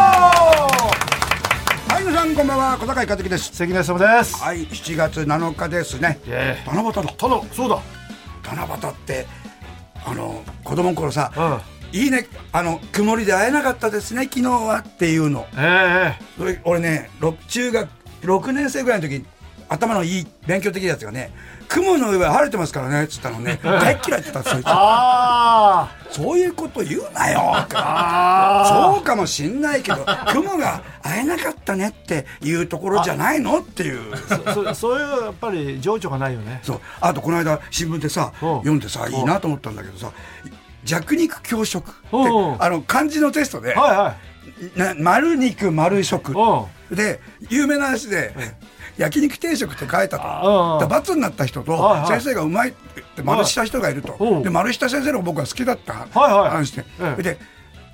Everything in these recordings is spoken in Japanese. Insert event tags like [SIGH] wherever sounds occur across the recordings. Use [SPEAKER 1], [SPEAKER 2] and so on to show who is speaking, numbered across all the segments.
[SPEAKER 1] はい皆さんこんばんは小坂井和樹です
[SPEAKER 2] 関根勤です
[SPEAKER 1] はい7月7日ですね
[SPEAKER 2] ええ
[SPEAKER 1] 七夕だ
[SPEAKER 2] ただそうだ
[SPEAKER 1] 七夕ってあの子供の頃さ、
[SPEAKER 2] う
[SPEAKER 1] いいねあの曇りで会えなかったですね昨日はっていうの
[SPEAKER 2] え
[SPEAKER 1] それ俺ねろ中学6年生ぐらいの時に頭のいい勉強的なやつがね雲の上は晴れてますからねっつったのね大っ嫌いって言ったんです
[SPEAKER 2] え [LAUGHS] あ
[SPEAKER 1] そういうこと言うなよって
[SPEAKER 2] あ
[SPEAKER 1] そうかもしんない
[SPEAKER 2] [LAUGHS]
[SPEAKER 1] けど雲が会えなかったねっていうところじゃないのって
[SPEAKER 2] [LAUGHS]
[SPEAKER 1] いう
[SPEAKER 2] あそそういうやっぱり情緒がないよね
[SPEAKER 1] そうあとこの間新聞でさ
[SPEAKER 2] うん
[SPEAKER 1] 読んでさいいなと思ったんだけどさ弱肉強食って
[SPEAKER 2] うんうん
[SPEAKER 1] あの漢字のテストで
[SPEAKER 2] はいは
[SPEAKER 1] な丸肉丸食
[SPEAKER 2] う
[SPEAKER 1] で有名な話で焼肉定食って書いた
[SPEAKER 2] あうん
[SPEAKER 1] とで罰になった人と
[SPEAKER 2] はいはい
[SPEAKER 1] 先生がうまいって丸した人がいると
[SPEAKER 2] うん
[SPEAKER 1] で丸した先生の方が僕は好きだった
[SPEAKER 2] はいはい
[SPEAKER 1] 話で
[SPEAKER 2] ええ
[SPEAKER 1] で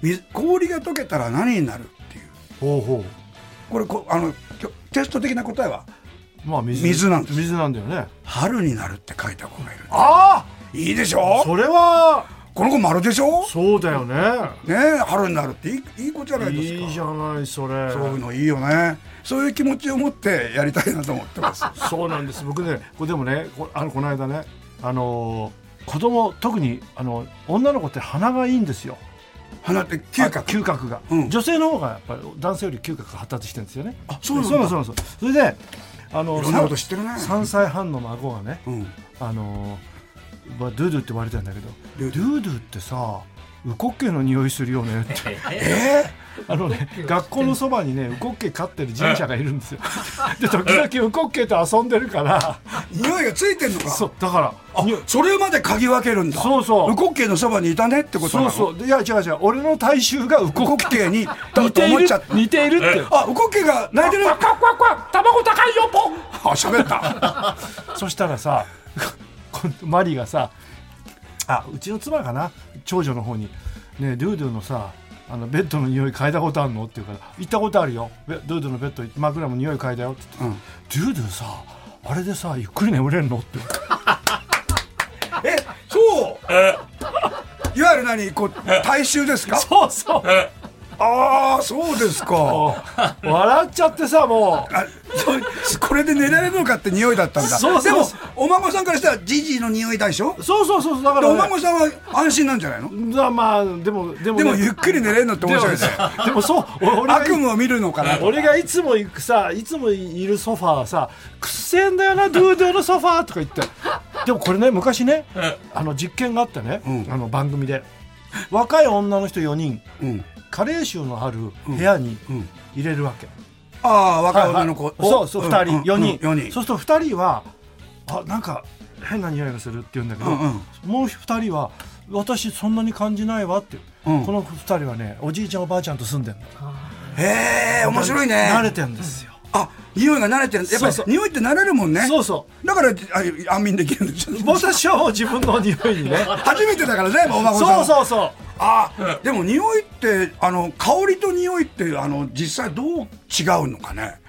[SPEAKER 1] 水氷が溶けたら何になるっていう
[SPEAKER 2] ほうほ
[SPEAKER 1] これこあのきょテスト的な答えは
[SPEAKER 2] うまあ水
[SPEAKER 1] 水なんです
[SPEAKER 2] 水なんだよね
[SPEAKER 1] 春になるって書いた子がいる
[SPEAKER 2] あ
[SPEAKER 1] いいでし
[SPEAKER 2] あ
[SPEAKER 1] ょ
[SPEAKER 2] それは
[SPEAKER 1] この子丸でしょ
[SPEAKER 2] そうだよね
[SPEAKER 1] ねえ春になるっていいいい子じゃないですか
[SPEAKER 2] いいじゃないそれ
[SPEAKER 1] そういうのいいよねそういう気持ちを持ってやりたいなと思ってます
[SPEAKER 2] [LAUGHS] そうなんです僕ねこれでもねこあのこの間ねあのー子供特にあの女の子って鼻がいいんですよ
[SPEAKER 1] 花って嗅覚
[SPEAKER 2] 嗅覚が、
[SPEAKER 1] うん
[SPEAKER 2] 女性の方がやっぱり男性より嗅覚が発達してるんですよね
[SPEAKER 1] あそうなんだ
[SPEAKER 2] そうなんですそうなんですそれであの
[SPEAKER 1] いろんなこと知ってるね
[SPEAKER 2] 3歳半の孫がね、
[SPEAKER 1] うん
[SPEAKER 2] あのーまあ、ドゥドゥって言われてたんだけど
[SPEAKER 1] ドゥド
[SPEAKER 2] ドゥドゥってさウコッケの匂いするよねって
[SPEAKER 1] [LAUGHS] え
[SPEAKER 2] あのね学校のそばにねウコッケ飼ってる神社がいるんですよで時々ウコッケと遊んでるから
[SPEAKER 1] ー、匂いがついてんのか
[SPEAKER 2] そうだから
[SPEAKER 1] あそれまで嗅ぎ分けるんだ
[SPEAKER 2] そうそう
[SPEAKER 1] ウコッケイのそばにいたねってことな
[SPEAKER 2] そ
[SPEAKER 1] の
[SPEAKER 2] うそういや違う違う俺の体臭がウ
[SPEAKER 1] ウコ
[SPEAKER 2] コッ
[SPEAKER 1] ッケイにだ
[SPEAKER 2] ケ
[SPEAKER 1] と思っちゃった
[SPEAKER 2] 似ている似ているって
[SPEAKER 1] あウコッケイが泣いてるあ
[SPEAKER 2] クワクワクワ卵高いよポン
[SPEAKER 1] 喋った
[SPEAKER 2] そしたらさ今度マリがさあうちの妻かな長女の方に「ねえドゥードゥのさあのベッドの匂い嗅いだことあるの?」って言うから「行ったことあるよベドゥードゥのベッド枕も匂い嗅いだよ」って言って、ドゥードゥさあれでさゆっくり眠れんの?」って
[SPEAKER 1] えそういわゆる何こう大衆ですか
[SPEAKER 2] そうそう
[SPEAKER 1] ああそうですか
[SPEAKER 2] 笑っちゃってさもう
[SPEAKER 1] あそうこれで寝られるのかって匂いだったんだ
[SPEAKER 2] そうそう
[SPEAKER 1] でもお孫さんからしたらジジイの匂いだでしょ
[SPEAKER 2] そうそうそうそうだか
[SPEAKER 1] でお
[SPEAKER 2] ら、ね
[SPEAKER 1] 孫さんは安心なんじゃないの
[SPEAKER 2] だまあでもでも
[SPEAKER 1] で
[SPEAKER 2] ね、
[SPEAKER 1] もゆっくり寝れるのって
[SPEAKER 2] で
[SPEAKER 1] 面
[SPEAKER 2] も
[SPEAKER 1] 白いね
[SPEAKER 2] でもそう俺が
[SPEAKER 1] 悪夢を見るのかな
[SPEAKER 2] [LAUGHS] 俺がいつも行くさいつもいるソファーさ「くっせえんだよなドゥードゥのソファー」とか言ってでもこれね昔ねあの実験があってね、
[SPEAKER 1] うん
[SPEAKER 2] あの番組で若い女の人4人
[SPEAKER 1] うん
[SPEAKER 2] 加齢臭のある部屋に
[SPEAKER 1] うん
[SPEAKER 2] 入れるわけ、
[SPEAKER 1] ああ若い女の子
[SPEAKER 2] はいはいそうそう2人、四4人、
[SPEAKER 1] 4人
[SPEAKER 2] そうすると2人はあなんか変な匂いがするって言うんだけど、
[SPEAKER 1] うんうん
[SPEAKER 2] もう2人は私そんなに感じないわって、
[SPEAKER 1] うん
[SPEAKER 2] この2人はねおじいちゃんおばあちゃんと住んでるの
[SPEAKER 1] へえ面白いね
[SPEAKER 2] 慣れてんですよ、
[SPEAKER 1] あ匂いが慣れてるやっぱ
[SPEAKER 2] そう
[SPEAKER 1] り
[SPEAKER 2] そう
[SPEAKER 1] 匂いって慣れるもんね
[SPEAKER 2] そうそう
[SPEAKER 1] だからあ安眠できるん
[SPEAKER 2] [LAUGHS]
[SPEAKER 1] ですよ
[SPEAKER 2] 私はもう自分の匂いにね
[SPEAKER 1] [LAUGHS] 初めてだからねお孫さん
[SPEAKER 2] そ
[SPEAKER 1] は
[SPEAKER 2] うそうそ
[SPEAKER 1] ああでも匂いってあの香りと匂いってあの実際どう違うのかね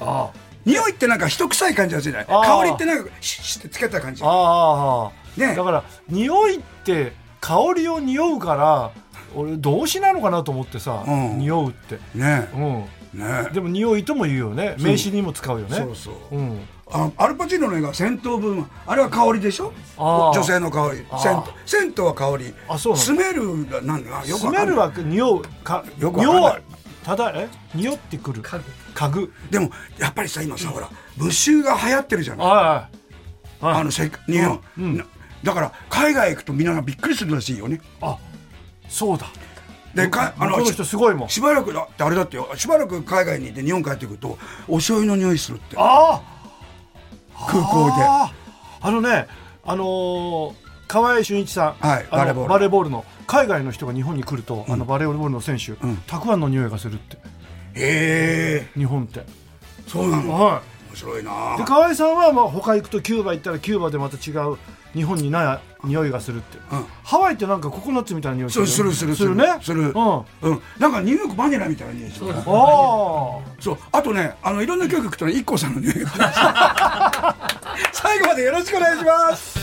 [SPEAKER 2] うあ
[SPEAKER 1] 匂いってなんか人臭い感じがするじゃない
[SPEAKER 2] あー
[SPEAKER 1] 香りってなんかシュッシュッってつけた感じ
[SPEAKER 2] あああ、
[SPEAKER 1] ね
[SPEAKER 2] だから匂いって香りを匂うから俺動詞なのかなと思ってさ、
[SPEAKER 1] うん
[SPEAKER 2] 匂うって、
[SPEAKER 1] ね
[SPEAKER 2] う
[SPEAKER 1] えね
[SPEAKER 2] ん、でも匂いとも言うよね名詞にも使うよ
[SPEAKER 1] え
[SPEAKER 2] ね
[SPEAKER 1] そうそう
[SPEAKER 2] うん、
[SPEAKER 1] あアルパチーノの映画「戦闘部分」あれは香りでしょ
[SPEAKER 2] あー
[SPEAKER 1] 女性の香り
[SPEAKER 2] あー
[SPEAKER 1] 銭湯銭湯は香り
[SPEAKER 2] あそうなの
[SPEAKER 1] スメルがなんだよく
[SPEAKER 2] ス
[SPEAKER 1] わか
[SPEAKER 2] メ
[SPEAKER 1] んない
[SPEAKER 2] ルは匂うか
[SPEAKER 1] よくわ
[SPEAKER 2] 匂
[SPEAKER 1] かんない
[SPEAKER 2] いただえ匂ってくる家具
[SPEAKER 1] でもやっぱりさ今さほら無臭が流行ってるじゃない
[SPEAKER 2] あああ
[SPEAKER 1] あのせ日本、
[SPEAKER 2] うん
[SPEAKER 1] なだから海外行くとみんなびっくりするらしいよね
[SPEAKER 2] あそうだ
[SPEAKER 1] でかあ
[SPEAKER 2] 向こうの人すごいもん
[SPEAKER 1] ししばらくだってあれだってよしばらく海外にいて日本帰ってくるとお醤油の匂いするって
[SPEAKER 2] ああ
[SPEAKER 1] 空港で
[SPEAKER 2] あーあのね、あのー川合俊一さん、
[SPEAKER 1] はい
[SPEAKER 2] あ
[SPEAKER 1] バレー
[SPEAKER 2] の
[SPEAKER 1] ボール
[SPEAKER 2] バレーボールの海外の人が日本に来ると、あのバレーボールの選手、
[SPEAKER 1] ん
[SPEAKER 2] たくあんの匂いがするって
[SPEAKER 1] へえ
[SPEAKER 2] 日本って、
[SPEAKER 1] そうなの面
[SPEAKER 2] は
[SPEAKER 1] 白い
[SPEAKER 2] い、で
[SPEAKER 1] な
[SPEAKER 2] 川合さんはまあ他行くとキューバ行ったらキューバでまた違う日本にない匂いがするって、
[SPEAKER 1] うん
[SPEAKER 2] ハワイってなんかココナッツみたいな匂い
[SPEAKER 1] そうするする
[SPEAKER 2] するね
[SPEAKER 1] する、
[SPEAKER 2] うん、あ
[SPEAKER 1] うん、なんかニューヨークバニラみたいな匂いするね
[SPEAKER 2] あ
[SPEAKER 1] そうあとねあのいろんな曲聴くとね
[SPEAKER 2] [LAUGHS]
[SPEAKER 1] IKKO さんの匂いが最後までよろしくお願いします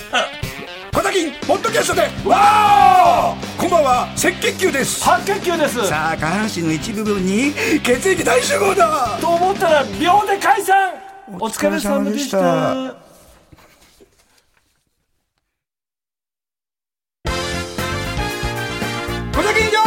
[SPEAKER 1] パタキンポッドキャストでわーこんばんは赤血球です
[SPEAKER 2] 白血球です
[SPEAKER 1] さあ下半身の一部分に血液大集合だ
[SPEAKER 2] と思ったら秒で解散お疲れ様でした
[SPEAKER 1] お疲れ様小崎上手だ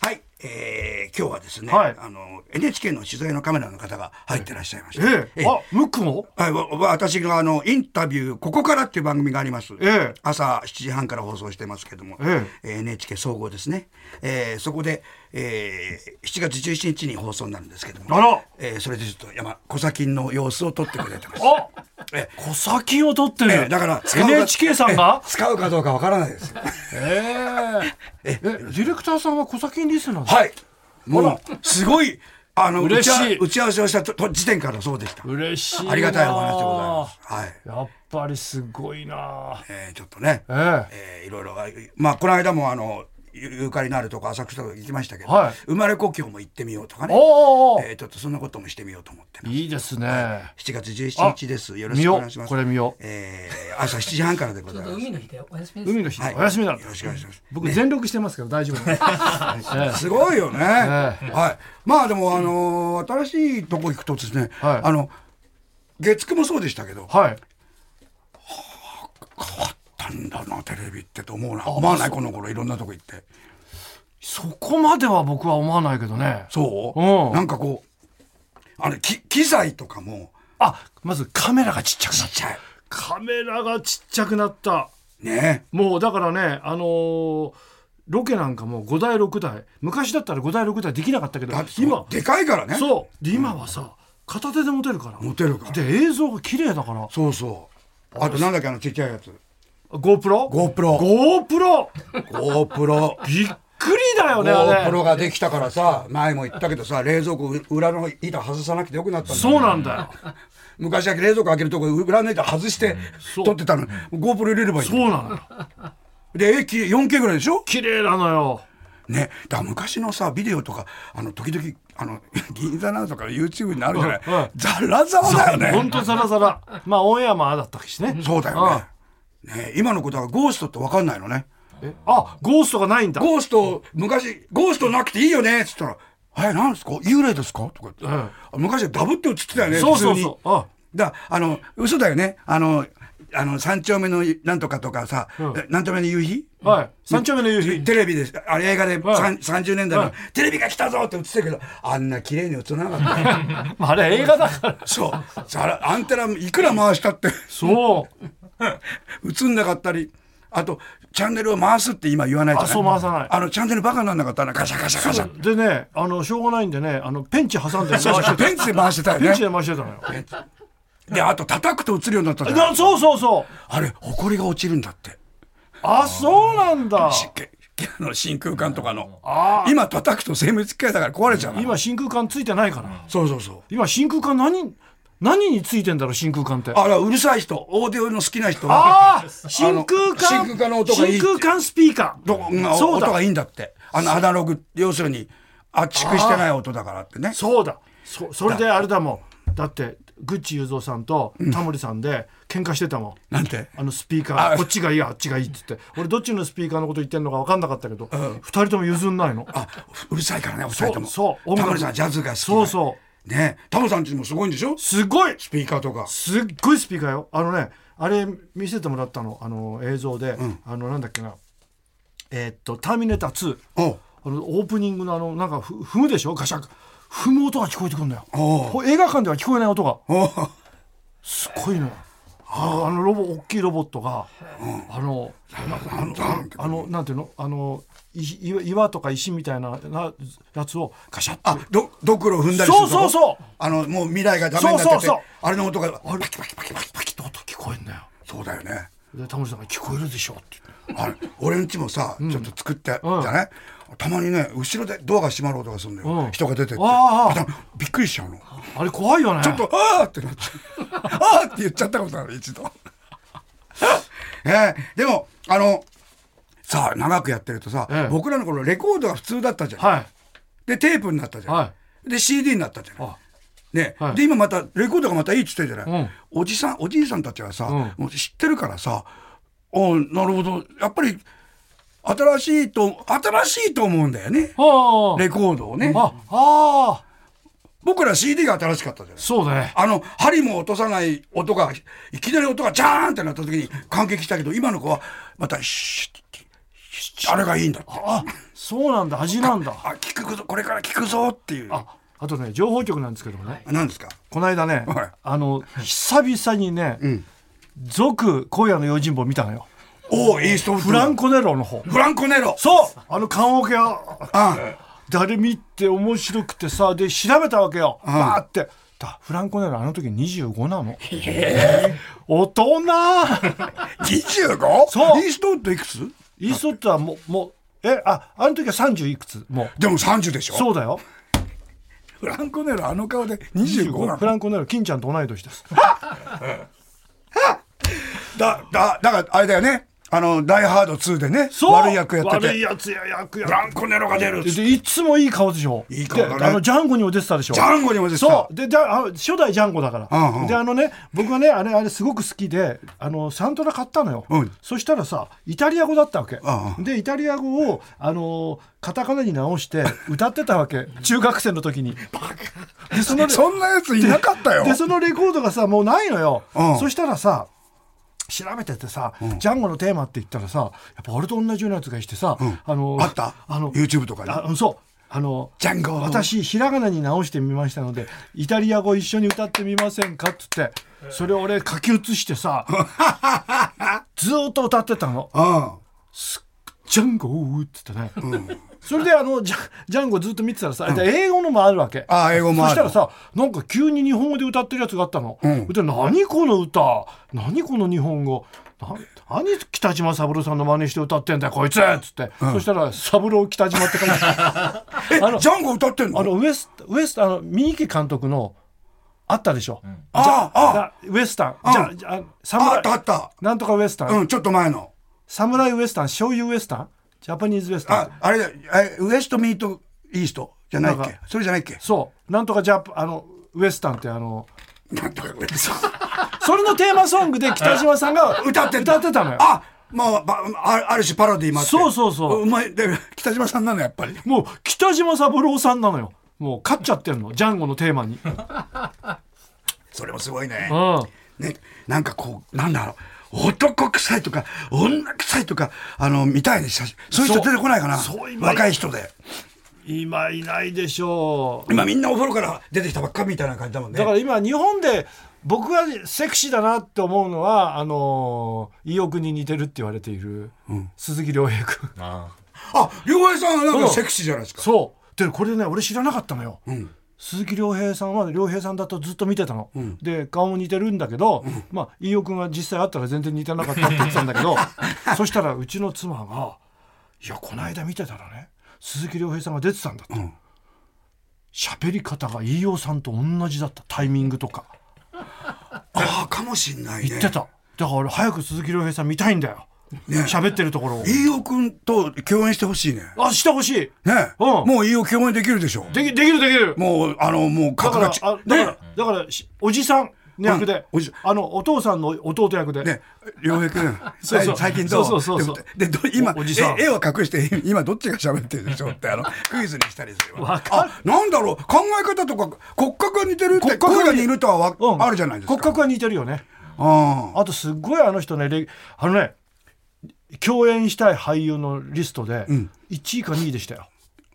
[SPEAKER 1] はい、えー、今日はですね、
[SPEAKER 2] はい
[SPEAKER 1] あの NHK の取材のカメラの方が入ってらっしゃいました、
[SPEAKER 2] ええあムックも
[SPEAKER 1] はい、わわ私があのインタビュー「ここから」っていう番組があります、
[SPEAKER 2] ええ
[SPEAKER 1] 朝7時半から放送してますけども、
[SPEAKER 2] え
[SPEAKER 1] えー NHK 総合ですね、えーそこで、えー7月17日に放送になるんですけども
[SPEAKER 2] あら
[SPEAKER 1] えーそれでちょっと山小崎の様子を撮ってくれてます
[SPEAKER 2] あ
[SPEAKER 1] え
[SPEAKER 2] 小先を取ってる、
[SPEAKER 1] えーだから使うか
[SPEAKER 2] NHK さんが
[SPEAKER 1] えー使うかどうかわからないです
[SPEAKER 2] えええディレクターさんは小先リスナーい
[SPEAKER 1] はい。もう、すごい、あの、
[SPEAKER 2] 嬉しい
[SPEAKER 1] 打ち合わ打ち合わせをしたと時点からそうでした。
[SPEAKER 2] 嬉しいな
[SPEAKER 1] ありがたいお話でございます。はい。
[SPEAKER 2] やっぱりすごいな
[SPEAKER 1] えーちょっとね、
[SPEAKER 2] ええ
[SPEAKER 1] えーいろいろ、まあ、この間も、あの、ゆゆかりのあるとこ浅草とか行きましたけど、
[SPEAKER 2] はい
[SPEAKER 1] 生まれ故郷も行ってみようとかね、
[SPEAKER 2] おーおーおー
[SPEAKER 1] えーちょっとそんなこともしてみようと思ってね、
[SPEAKER 2] いいですね、
[SPEAKER 1] 7月17日です。よろしくお願いします。
[SPEAKER 2] 見ようこれ見よう
[SPEAKER 1] えー朝7時半からでございます。
[SPEAKER 3] 海の日でお休みです。
[SPEAKER 2] 海の日、
[SPEAKER 1] はい
[SPEAKER 2] お休みなん
[SPEAKER 1] よ
[SPEAKER 2] だ
[SPEAKER 1] ろしくお願いします。
[SPEAKER 2] 僕全力してますから大丈夫
[SPEAKER 1] [LAUGHS]
[SPEAKER 2] です、ええ
[SPEAKER 1] すごいよね。
[SPEAKER 2] え
[SPEAKER 1] はい。まあでもあのー新しいとこ行くとですね、
[SPEAKER 2] はい
[SPEAKER 1] あの月9もそうでしたけど、
[SPEAKER 2] はい
[SPEAKER 1] 変わったんだなテレビってと思うな。思わないこの頃いろんなとこ行って。
[SPEAKER 2] そこまでは僕は思わないけどね
[SPEAKER 1] そう。
[SPEAKER 2] うん
[SPEAKER 1] なんかこうあのき機材とかも
[SPEAKER 2] あまずカメラがちっちゃく
[SPEAKER 1] ち
[SPEAKER 2] な
[SPEAKER 1] っ
[SPEAKER 2] った
[SPEAKER 1] ちゃい。
[SPEAKER 2] カメラがちっちゃくなった
[SPEAKER 1] ね。
[SPEAKER 2] もうだからねあのーロケなんかも5台6台昔だったら5台6台できなかったけど
[SPEAKER 1] だってそう
[SPEAKER 2] 今
[SPEAKER 1] でかいからね。う。
[SPEAKER 2] そうで今はさ片手で持てるから
[SPEAKER 1] 持てるから
[SPEAKER 2] で映像が綺麗だから
[SPEAKER 1] そうそう。あとなんだっけあのちっちゃいやつ。
[SPEAKER 2] GoPro?GoPro
[SPEAKER 1] GoPro。GoPro。
[SPEAKER 2] びっくりだよねあれ
[SPEAKER 1] GoPro ができたからさ前も言ったけどさ冷蔵庫裏の板外さなくてよくなったんだよ
[SPEAKER 2] そうなんだよ
[SPEAKER 1] 昔は冷蔵庫開けるとこ裏の板外して
[SPEAKER 2] う
[SPEAKER 1] 取ってたのに GoPro 入れればいい
[SPEAKER 2] そうなのよ
[SPEAKER 1] で A4K ぐらいでしょ
[SPEAKER 2] 綺麗なのよ
[SPEAKER 1] ねだから昔のさビデオとかあの時々あの [LAUGHS] 銀座なんとか YouTube になるじゃない
[SPEAKER 2] うんうん
[SPEAKER 1] ザラザラだよ
[SPEAKER 2] ほん
[SPEAKER 1] ね
[SPEAKER 2] とザラザラまあオンエアもああだったしね
[SPEAKER 1] そうだよねね今のことはゴーストって分かんないのね
[SPEAKER 2] えあゴーストがないんだ
[SPEAKER 1] ゴースト昔ゴーストなくていいよねっつったら「えなんですか幽霊ですか?」とか言って、昔はダブって映ってたよね
[SPEAKER 2] そうそう
[SPEAKER 1] 普通
[SPEAKER 2] そ
[SPEAKER 1] に
[SPEAKER 2] うあ
[SPEAKER 1] だあの嘘だよねあのあの三丁目のなんとかとかさ、
[SPEAKER 2] ん
[SPEAKER 1] なんとかの夕日
[SPEAKER 2] はい三丁目の夕
[SPEAKER 1] [LAUGHS]
[SPEAKER 2] 日
[SPEAKER 1] テレビですあれ映画で、さん
[SPEAKER 2] うん
[SPEAKER 1] 30年代の、
[SPEAKER 2] うん
[SPEAKER 1] テレビが来たぞって映ってるけどあんな綺麗に映らなかったよ
[SPEAKER 2] まああれ映画だから [LAUGHS]
[SPEAKER 1] そうざらアンテナいくら回したって [LAUGHS]
[SPEAKER 2] そう
[SPEAKER 1] 映んなかったりあとチャンネルを回すって今言わないじゃない
[SPEAKER 2] あそう回さない
[SPEAKER 1] あのチャンネルバカになんなかったなガシャガシャガシャ
[SPEAKER 2] でねあのしょうがないんでねあのペンチ挟んで回し
[SPEAKER 1] [LAUGHS]
[SPEAKER 2] て
[SPEAKER 1] そうそう
[SPEAKER 2] た
[SPEAKER 1] ペンチで回してたよ
[SPEAKER 2] ペン
[SPEAKER 1] ね
[SPEAKER 2] チで回してたのよ
[SPEAKER 1] であと叩くと映るようになったじゃん
[SPEAKER 2] なそうそうそう
[SPEAKER 1] あれ埃が落ちるんだって
[SPEAKER 2] あそうなんだ
[SPEAKER 1] しけ [LAUGHS] あの真空管とかの
[SPEAKER 2] あ
[SPEAKER 1] 今叩くと精密機械だから壊れちゃうの
[SPEAKER 2] 今真空管ついてないから
[SPEAKER 1] そうそうそう
[SPEAKER 2] 今真空管何何についてんだろう真空管って
[SPEAKER 1] あらうるさい人オーディオの好きな人
[SPEAKER 2] あー真空
[SPEAKER 1] あの真
[SPEAKER 2] 管
[SPEAKER 1] 空管の音がいいって
[SPEAKER 2] 真空管スピーカ
[SPEAKER 1] どこが
[SPEAKER 2] ーそう
[SPEAKER 1] 音
[SPEAKER 2] だ
[SPEAKER 1] がいいんだってあのアナログ要するに圧縮してない音だからってね
[SPEAKER 2] そうだそそれであれだもんだってグッチ雄三さんとタモリさんで喧嘩してたもん、
[SPEAKER 1] なんて
[SPEAKER 2] あのスピーカ
[SPEAKER 1] あ
[SPEAKER 2] ーこっちがいいあっちがいいって言って俺どっちのスピーカーのこと言ってんのか分かんなかったけど、二人とも譲んないの
[SPEAKER 1] あうるさいからねお二人とも
[SPEAKER 2] そう音楽
[SPEAKER 1] タモリさんはジャズが好き
[SPEAKER 2] そうそう
[SPEAKER 1] ねタモさんちもすごいんでしょス
[SPEAKER 2] すごい
[SPEAKER 1] ピーカーとか
[SPEAKER 2] すっごいスピーカーよあのねあれ見せてもらったのあの映像で、あのなんだっけなえーっと「ターミネーター2」
[SPEAKER 1] おう
[SPEAKER 2] あのオープニングのあのなんかふ踏むでしょガシャン踏む音が聞こえてくるんだよ
[SPEAKER 1] おう
[SPEAKER 2] これ映画館では聞こえない音が
[SPEAKER 1] おう
[SPEAKER 2] すごいのよああのロボ大きいロボットが、あの
[SPEAKER 1] なんだなんだ
[SPEAKER 2] あのなんていうのあのいい岩とか石みたいななやつをガシャッ
[SPEAKER 1] あどドクロを踏んだりす
[SPEAKER 2] そ
[SPEAKER 1] る
[SPEAKER 2] うそうそう
[SPEAKER 1] うあのもう未来がダメになってて
[SPEAKER 2] そうそうそう
[SPEAKER 1] あれの音が
[SPEAKER 2] あれパキパキパキパキパキって音聞こえんだよ
[SPEAKER 1] そうだよね
[SPEAKER 2] でタモリさんが「聞こえるでしょ」って言って
[SPEAKER 1] あれ俺んちもさちょっと作ってじゃないたまにね後ろでドアが閉まる音がするんだよ、
[SPEAKER 2] うん
[SPEAKER 1] 人が出てって
[SPEAKER 2] ああ
[SPEAKER 1] だからびっくりしちゃうの
[SPEAKER 2] あれ怖いよね
[SPEAKER 1] ちょっと、あーってなっちゃう。 [LAUGHS] あーって言っちゃったことある、一度。 [LAUGHS] ええでも、あの、さあ、長くやってるとさ、
[SPEAKER 2] ええ
[SPEAKER 1] 僕らの頃、レコードが普通だったじゃん。
[SPEAKER 2] はい
[SPEAKER 1] で、テープになったじゃん。
[SPEAKER 2] は
[SPEAKER 1] で、CD になったじゃん。
[SPEAKER 2] あ
[SPEAKER 1] ね、
[SPEAKER 2] はい
[SPEAKER 1] で今またレコードがまたいいっつってるじゃない、
[SPEAKER 2] うん
[SPEAKER 1] おじさんおじいさんたちはさ、
[SPEAKER 2] うん
[SPEAKER 1] もう知ってるからさあなるほどやっぱり新しいと新しいと思うんだよね
[SPEAKER 2] は
[SPEAKER 1] レコードをね
[SPEAKER 2] あああ
[SPEAKER 1] 僕ら CD が新しかったじゃない
[SPEAKER 2] そうだね
[SPEAKER 1] あの針も落とさない音がいきなり音がジャーンってなった時に感激したけど今の子はまたシュッシュッシュッあれがいいんだって
[SPEAKER 2] あそうなんだ味なんだ
[SPEAKER 1] あ聞くぞこれから聞くぞっていう
[SPEAKER 2] ああとね情報局なんですけどもね
[SPEAKER 1] 何ですか
[SPEAKER 2] この間ね、
[SPEAKER 1] はい
[SPEAKER 2] あの久々にね
[SPEAKER 1] ん
[SPEAKER 2] 「続今夜の用心棒」見たのよ
[SPEAKER 1] おおイーストウッド
[SPEAKER 2] フランコネロの方
[SPEAKER 1] フランコネロ
[SPEAKER 2] そうあの棺桶が
[SPEAKER 1] あ
[SPEAKER 2] 誰見て面白くてさで調べたわけよ
[SPEAKER 1] ん
[SPEAKER 2] バーってだフランコネロあの時25なの大人
[SPEAKER 1] 25?
[SPEAKER 2] そう
[SPEAKER 1] イーストウッドいくつ
[SPEAKER 2] イーストウッドはもうもうえああの時は30いくつもう
[SPEAKER 1] でも30でしょ
[SPEAKER 2] そうだよ
[SPEAKER 1] フランコネロあの顔で25な
[SPEAKER 2] フ
[SPEAKER 1] の
[SPEAKER 2] ランコネロ金ちゃんと同い年です
[SPEAKER 1] だだだからあれだよねあの「ダイハード2」でね
[SPEAKER 2] そう
[SPEAKER 1] 悪い役やって
[SPEAKER 2] 悪い
[SPEAKER 1] て
[SPEAKER 2] やつや役や
[SPEAKER 1] フランコネロが出るっつって
[SPEAKER 2] でいつもいい顔でしょ
[SPEAKER 1] いい顔だね
[SPEAKER 2] であのジャンゴにも出てたでしょ
[SPEAKER 1] ジャンゴにも出てた
[SPEAKER 2] そうでじゃあの初代ジャンゴだから、
[SPEAKER 1] うんうん
[SPEAKER 2] であのね僕はねあれあれすごく好きであのサントラ買ったのよ、
[SPEAKER 1] うん
[SPEAKER 2] そしたらさイタリア語だったわけ、
[SPEAKER 1] んうん
[SPEAKER 2] でイタリア語をあのカタカナに直して歌ってたわけ中学生の時にでその
[SPEAKER 1] そんなやついなかったよ
[SPEAKER 2] でそのレコードがさもうないのよ、
[SPEAKER 1] うん
[SPEAKER 2] そしたらさ調べててさ、ジャンゴのテーマって言ったらさやっぱ俺と同じようなやつがいしてさ、
[SPEAKER 1] うん
[SPEAKER 2] あの
[SPEAKER 1] あった
[SPEAKER 2] あの
[SPEAKER 1] YouTube とかに
[SPEAKER 2] あうんそうあの
[SPEAKER 1] ジャンゴ
[SPEAKER 2] 私ひらがなに直してみましたのでイタリア語一緒に歌ってみませんかっつってそれを俺書き写し
[SPEAKER 1] [LAUGHS]
[SPEAKER 2] てさずーっと歌ってたの
[SPEAKER 1] うん
[SPEAKER 2] 「ジャンゴー」っつってね、それであのジャジャンゴずっと見てたらさ、英語のもあるわけ
[SPEAKER 1] あ英語もある
[SPEAKER 2] そしたらさなんか急に日本語で歌ってるやつがあったの、
[SPEAKER 1] ん
[SPEAKER 2] で何この歌何この日本語な何北島三郎さんの真似して歌ってんだよこいつっつって、そしたら「三郎北島」って書いて
[SPEAKER 1] [LAUGHS]
[SPEAKER 2] あ
[SPEAKER 1] え
[SPEAKER 2] るあの
[SPEAKER 1] ジャンゴ歌ってんの
[SPEAKER 2] あのウエスウエスあの三池監督のあったでしょ、
[SPEAKER 1] ああああ
[SPEAKER 2] だウエスタン、
[SPEAKER 1] ん
[SPEAKER 2] じゃあじゃあ
[SPEAKER 1] あったあ
[SPEAKER 2] 侍
[SPEAKER 1] った
[SPEAKER 2] なんとかウエスタン、
[SPEAKER 1] うんちょっと前の
[SPEAKER 2] 侍ウエスタン醤油ウエスタンジャパニーズウエスタン
[SPEAKER 1] ああれだえウエストミートイーストじゃないっ
[SPEAKER 2] なん
[SPEAKER 1] け
[SPEAKER 2] か
[SPEAKER 1] それじゃないっ
[SPEAKER 2] [LAUGHS]
[SPEAKER 1] け
[SPEAKER 2] そうなんとかジャパあのウエスタンってあの
[SPEAKER 1] なんとかウエスト
[SPEAKER 2] それのテーマソングで北島さんが
[SPEAKER 1] 歌って
[SPEAKER 2] 歌ってたのよ
[SPEAKER 1] あまあばあある種パロディーもあって
[SPEAKER 2] そうそうそう
[SPEAKER 1] うまいで北島さんなのやっぱり
[SPEAKER 2] もう北島三郎さんなのよもう勝っちゃってんのジャンゴのテーマに、うん、
[SPEAKER 1] それもすごいね
[SPEAKER 2] あ
[SPEAKER 1] ねなんかこうなんだろう男臭いとか女臭いとかあの見たいね写真そういう人
[SPEAKER 2] そう
[SPEAKER 1] 出てこないかな
[SPEAKER 2] そう今
[SPEAKER 1] 若い人で
[SPEAKER 2] 今いないでしょう
[SPEAKER 1] 今みんなお風呂から出てきたばっかみたいな感じだもんね
[SPEAKER 2] だから今日本で僕がセクシーだなって思うのはあのー意欲に似てるって言われている、鈴木亮平君
[SPEAKER 3] あ
[SPEAKER 1] あ両親さんはなん
[SPEAKER 2] う
[SPEAKER 1] か
[SPEAKER 2] ん
[SPEAKER 1] セクシーじゃないですか
[SPEAKER 2] そうでこれね俺知らなかったのよ、
[SPEAKER 1] ん
[SPEAKER 2] 鈴木亮平さんは亮平さんだとずっと見てたの、で顔も似てるんだけど、まあ飯尾君が実際会ったら全然似てなかったって言ってたんだ
[SPEAKER 1] [LAUGHS]
[SPEAKER 2] けどそしたらうちの妻が「いやこの間見てたらね鈴木亮平さんが出てたんだ」と喋、り方が飯尾さんと同じだったタイミングとか
[SPEAKER 1] ああかもしんないね
[SPEAKER 2] 言ってた、だから俺早く鈴木亮平さん見たいんだよ
[SPEAKER 1] ね
[SPEAKER 2] 喋、ってるところを
[SPEAKER 1] 飯尾君と共演してほしいね
[SPEAKER 2] あしてほしい
[SPEAKER 1] ね、
[SPEAKER 2] うん
[SPEAKER 1] もう飯尾共演できるでしょ
[SPEAKER 2] できできるできる
[SPEAKER 1] もうあのもう
[SPEAKER 2] だ
[SPEAKER 1] 格
[SPEAKER 2] から
[SPEAKER 1] が
[SPEAKER 2] あ
[SPEAKER 1] ち
[SPEAKER 2] だから、
[SPEAKER 1] ね
[SPEAKER 2] だからしおじさんの役で、
[SPEAKER 1] うんおじ
[SPEAKER 2] あのお父さんの弟役で、
[SPEAKER 1] ね、良平君、
[SPEAKER 2] そうそう
[SPEAKER 1] はい最近どう
[SPEAKER 2] そうそうそうそう
[SPEAKER 1] で、ど今
[SPEAKER 2] おおじさん
[SPEAKER 1] 絵、絵を隠して、今どっちが喋ってるでしょうって、あの、クイズにしたりする
[SPEAKER 2] わかる
[SPEAKER 1] あ、なんだろう、考え方とか、骨格が似てるって、
[SPEAKER 2] 骨格が似
[SPEAKER 1] 声が似るとはわ、
[SPEAKER 2] うん
[SPEAKER 1] あるじゃないですか。
[SPEAKER 2] 骨格は似てるよね
[SPEAKER 1] ああ。
[SPEAKER 2] あとすっごいあの人ねれあのね共演したい俳優のリストで
[SPEAKER 1] ん
[SPEAKER 2] 1位か2位でしたよ、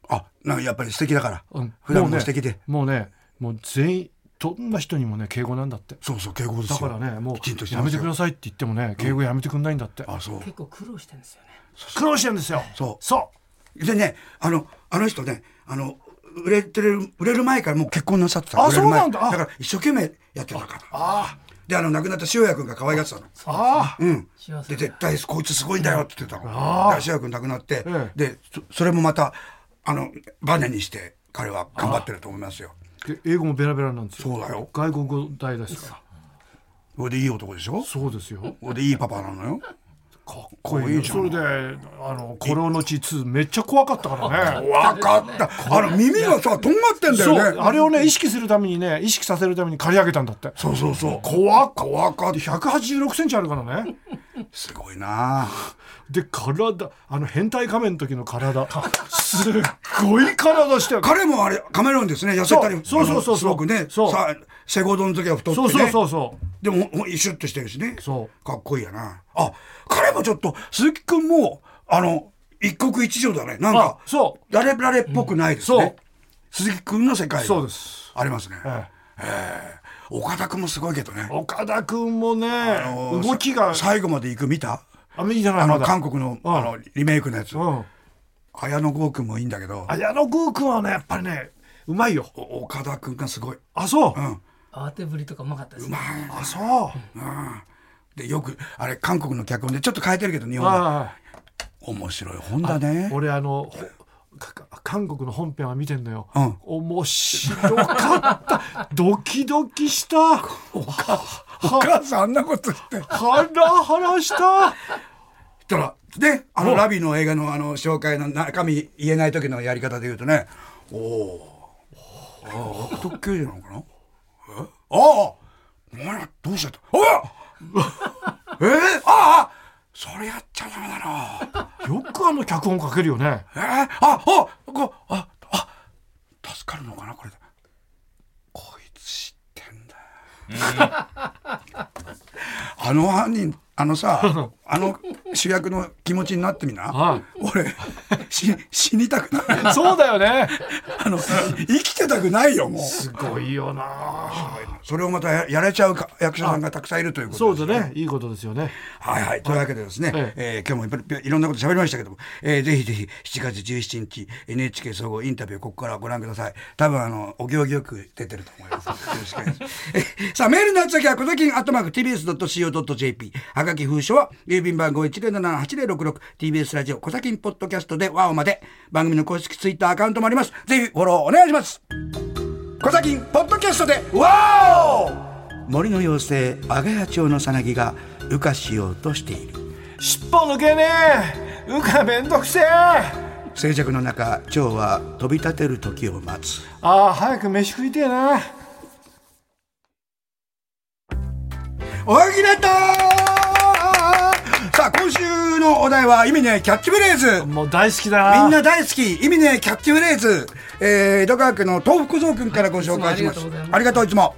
[SPEAKER 1] あ、なんかやっぱり素敵だから。
[SPEAKER 2] うん
[SPEAKER 1] 普段
[SPEAKER 2] う
[SPEAKER 1] も
[SPEAKER 2] ね
[SPEAKER 1] 素敵で。
[SPEAKER 2] もうねもう全員どんな人にもね敬語なんだって
[SPEAKER 1] そうそう、敬語です
[SPEAKER 2] だ
[SPEAKER 1] よ。
[SPEAKER 2] からねも
[SPEAKER 1] きちんとし
[SPEAKER 2] う
[SPEAKER 1] て
[SPEAKER 2] や
[SPEAKER 1] ま
[SPEAKER 2] め
[SPEAKER 1] す
[SPEAKER 2] て
[SPEAKER 1] よ
[SPEAKER 2] くださいって言ってもね敬語やめてくんないんだって、
[SPEAKER 1] あ、そう。
[SPEAKER 4] 結構苦労してるんですよね
[SPEAKER 2] 苦労してるんですよ
[SPEAKER 1] そう
[SPEAKER 2] そ
[SPEAKER 1] でね、あの、あの人ね、あの、売れてる、売れる前からもう結婚なさってた。
[SPEAKER 2] あ
[SPEAKER 1] 売れる前
[SPEAKER 2] そうなんだあ
[SPEAKER 1] だから一生懸命やってたから。で、あの、亡くなった塩谷君が可愛がってたの。
[SPEAKER 2] うああ
[SPEAKER 1] うん。
[SPEAKER 4] 幸
[SPEAKER 1] で
[SPEAKER 4] せだ
[SPEAKER 1] 絶対こいつすごいんだよって言ってたの。
[SPEAKER 2] あー
[SPEAKER 1] で芦屋君亡くなって、
[SPEAKER 2] ええ
[SPEAKER 1] でそそれもまたあのバネにして彼は頑張ってると思いますよ。
[SPEAKER 2] で英語もベラベラなんですよ
[SPEAKER 1] そうだよ。
[SPEAKER 2] 外国語大ですから
[SPEAKER 1] これでいい男でしょ。
[SPEAKER 2] そうですよ
[SPEAKER 1] これでいいパパなのよ。
[SPEAKER 2] かっ
[SPEAKER 1] こいいじゃん
[SPEAKER 2] それであの「コロのチ2」めっちゃ怖かったからね
[SPEAKER 1] わかった。あの耳がさ、とんがってんだ
[SPEAKER 2] そう
[SPEAKER 1] よね。
[SPEAKER 2] あれをね意識するためにね意識させるために刈り上げたんだって
[SPEAKER 1] そうそうそう。
[SPEAKER 2] 怖っ
[SPEAKER 1] 怖かっ
[SPEAKER 2] 1 8 6センチあるからね
[SPEAKER 1] た。すごいなあ。
[SPEAKER 2] で体あの変態仮面の時の体すっごい体してる
[SPEAKER 1] 彼もあれ、カメロンですね。痩せたり、
[SPEAKER 2] そうそう
[SPEAKER 1] あ
[SPEAKER 2] そうそう
[SPEAKER 1] のすごくね。
[SPEAKER 2] そう
[SPEAKER 1] さ、セゴドの時は太って
[SPEAKER 2] そ
[SPEAKER 1] ね。
[SPEAKER 2] うそうそうそ
[SPEAKER 1] でも、ほんシュッとしてるしね。
[SPEAKER 2] うそう
[SPEAKER 1] かっこいいやな。あ、彼もちょっと、鈴木くんも、あの、一国一城だね。なん
[SPEAKER 2] あ
[SPEAKER 1] か、
[SPEAKER 2] そう
[SPEAKER 1] 誰られっぽくないです
[SPEAKER 2] うんそ
[SPEAKER 1] ね
[SPEAKER 2] う。
[SPEAKER 1] 鈴木くんの世界が
[SPEAKER 2] そうです、
[SPEAKER 1] ありますね。
[SPEAKER 2] え
[SPEAKER 1] 岡田くんもすごいけどね
[SPEAKER 2] え、。岡田君もね、
[SPEAKER 1] の
[SPEAKER 2] 動きが
[SPEAKER 1] さ最後まで行く見た
[SPEAKER 2] あいいじゃない
[SPEAKER 1] あ
[SPEAKER 2] ま
[SPEAKER 1] の
[SPEAKER 2] だ
[SPEAKER 1] 韓国の
[SPEAKER 2] うん
[SPEAKER 1] あのリメイクのやつ
[SPEAKER 2] うん
[SPEAKER 1] 綾野剛君もいいんだけど
[SPEAKER 2] 綾野剛君はねやっぱりねうまいよ
[SPEAKER 1] お岡田君がすごい
[SPEAKER 2] あそう、
[SPEAKER 1] うんう
[SPEAKER 3] 慌てぶりとかうまかったですね
[SPEAKER 1] まい
[SPEAKER 2] あそう、
[SPEAKER 1] でよくあれ韓国の脚本でちょっと変えてるけど日本は
[SPEAKER 2] あ
[SPEAKER 1] 面白い本だね
[SPEAKER 2] あ [LAUGHS] 俺あのほかか韓国の本編は見てんのよ、
[SPEAKER 1] うん
[SPEAKER 2] 面白かった [LAUGHS] ドキドキしたおか
[SPEAKER 1] お
[SPEAKER 2] は
[SPEAKER 1] 母さんあんなことして
[SPEAKER 2] ハラハラした
[SPEAKER 1] たらであのラビの映画のあの紹介の中身言えない時のやり方で言うとねおおーあー特急じゃないのかなえああお前らどうしちゃったおいえー、ああそれやっちゃダメだな
[SPEAKER 2] よくあの脚本書けるよね
[SPEAKER 1] えー、あおこああ助かるのかなこれでこいつ知ってんだよ、あの犯人あのさあの主役の気持ちになってみな、
[SPEAKER 2] はい
[SPEAKER 1] 俺し死にたくない
[SPEAKER 2] そうだよね
[SPEAKER 1] あの生きてたくないよもう
[SPEAKER 2] すごいよな
[SPEAKER 1] それをまたややれちゃうか役者さんがたくさんいるということ
[SPEAKER 2] そう
[SPEAKER 1] です
[SPEAKER 2] だねいいことですよね
[SPEAKER 1] はいはい。というわけでですね、
[SPEAKER 2] え
[SPEAKER 1] えー今日もいっぱいいろんなこと喋りましたけども、えーぜひぜひ7月17日 NHK 総合インタビュー、ここからご覧ください。多分、あの、お行儀よく出てると思います。よろしくお願いします。 [LAUGHS] えーさあ、メールの宛先は、このきん、アットマーク、tbs.co.jp。はがき封書は、郵便番号 107-8066TBS ラジオ、小崎ポッドキャストで、ワオまで。番組の公式ツイッターアカウントもあります。ぜひフォローお願いします。小崎ポッドキャストでワオ森の妖精阿賀谷町のさなぎが羽化しようとしている
[SPEAKER 2] 尻尾抜けねえうかめんどくせえあ
[SPEAKER 1] 静寂の中蝶は飛び立てる時を待つ
[SPEAKER 2] あ早く飯食いてえな
[SPEAKER 1] おはぎれたさあ今週のお題は意味ねキャッチフレーズ
[SPEAKER 2] もう大好きだな
[SPEAKER 1] みんな大好き意味ねキャッチフレーズ、えー、江戸川区の東福蔵君からご紹介します,、
[SPEAKER 3] はいいつも
[SPEAKER 1] あ
[SPEAKER 3] あ
[SPEAKER 1] り
[SPEAKER 3] り
[SPEAKER 1] がとういつも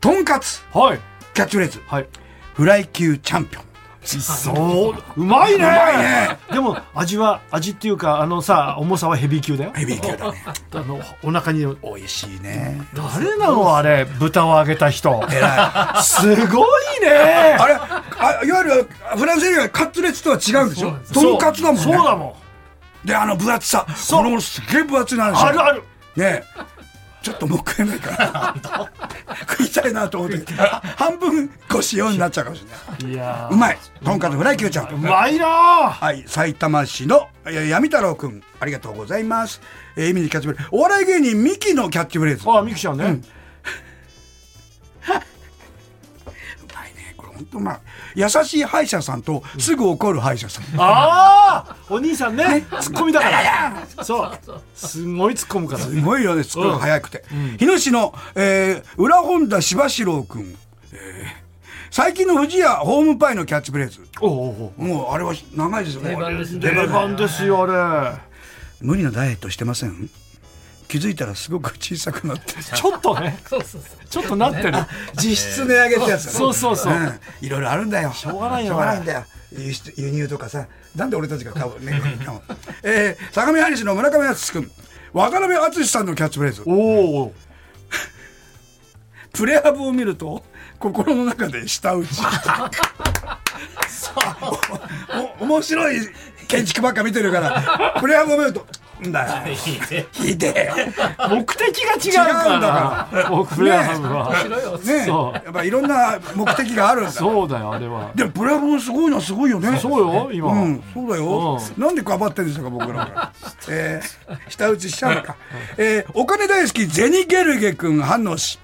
[SPEAKER 1] とんかつ
[SPEAKER 2] はい
[SPEAKER 1] キャッチフレーズ
[SPEAKER 2] はい
[SPEAKER 1] フライ級チャンピオン
[SPEAKER 2] そううまいね
[SPEAKER 1] うまいね
[SPEAKER 2] でも味は味っていうかあのさ重さはヘビー級だよ
[SPEAKER 1] ヘビー級だ [LAUGHS] ね
[SPEAKER 2] あのお腹に
[SPEAKER 1] 美味しいね
[SPEAKER 2] 誰なのあれ豚を揚げた人
[SPEAKER 1] 偉い
[SPEAKER 2] すごいね
[SPEAKER 1] あれあいわゆるフランス料理はカツレツとは違うんでしょ
[SPEAKER 2] そう
[SPEAKER 1] とんかつだもん
[SPEAKER 2] そう
[SPEAKER 1] ね
[SPEAKER 2] だもん
[SPEAKER 1] であの分厚さ
[SPEAKER 2] そう
[SPEAKER 1] このすげえ分厚いなんですよ
[SPEAKER 2] あるある
[SPEAKER 1] ねえちょっともう食えないから食いたいなと思って半分腰用になっちゃうかもしれない
[SPEAKER 2] いや
[SPEAKER 1] う
[SPEAKER 2] ー
[SPEAKER 1] まいとんかつフライキューちゃ
[SPEAKER 2] うんまいな
[SPEAKER 1] はい埼玉市のえー闇太郎くんありがとうございますえー、意味にキャッチフレーズお笑い芸人ミキのキャッチフレーズ
[SPEAKER 2] ああみきちゃんね、
[SPEAKER 1] うまいねこれ本当うまい優しい歯医者さんとすぐ怒る歯医者さん
[SPEAKER 2] ああお兄さんねツッコミだからそうすごいツッコむから
[SPEAKER 1] すごいよね、作るの早くて。日野市の、えー、裏本田柴四郎君、えー最近の富士屋ホームパイのキャッチフレーズ。
[SPEAKER 2] おおお
[SPEAKER 1] もうあれは長いですよね。
[SPEAKER 3] 定番ですね
[SPEAKER 1] 定番
[SPEAKER 2] 定番ですよあ
[SPEAKER 1] 無理なダイエットしてません気づいたらすごく小さくなってる
[SPEAKER 2] れちょっとね
[SPEAKER 3] そうそうそう
[SPEAKER 2] ちょっとなってる
[SPEAKER 1] 実質値上げってやつだね
[SPEAKER 2] そうそうそうん
[SPEAKER 1] いろいろあるんだよし
[SPEAKER 2] ょうがないよ
[SPEAKER 1] しょうがないんだよ輸出輸入とかさなんで俺たちが買うね [LAUGHS] えー、相模原市の村上敦君渡辺淳さんのキャッチフレーズ
[SPEAKER 2] [LAUGHS] おお
[SPEAKER 1] プレハブを見ると心の中で舌打ちおお面白い建築ばっか見てるからプレハブを見るとんだよひでえよ
[SPEAKER 2] 目的が違うから
[SPEAKER 1] 違うんだから
[SPEAKER 2] 僕フレアハムは、
[SPEAKER 3] 白いおす
[SPEAKER 1] ねえ
[SPEAKER 2] そう
[SPEAKER 1] やっぱいろんな目的があるんだ
[SPEAKER 2] そうだよあれは
[SPEAKER 1] でもプレハブもすごいのはすごいよね
[SPEAKER 2] そうよ今、
[SPEAKER 1] うん、そうだよ、
[SPEAKER 2] う
[SPEAKER 1] なんでかばってるんですか僕ら
[SPEAKER 2] [LAUGHS]
[SPEAKER 1] は、えー、舌打ちしちゃうのか、えー、お金大好きゼニゲルゲ君反応し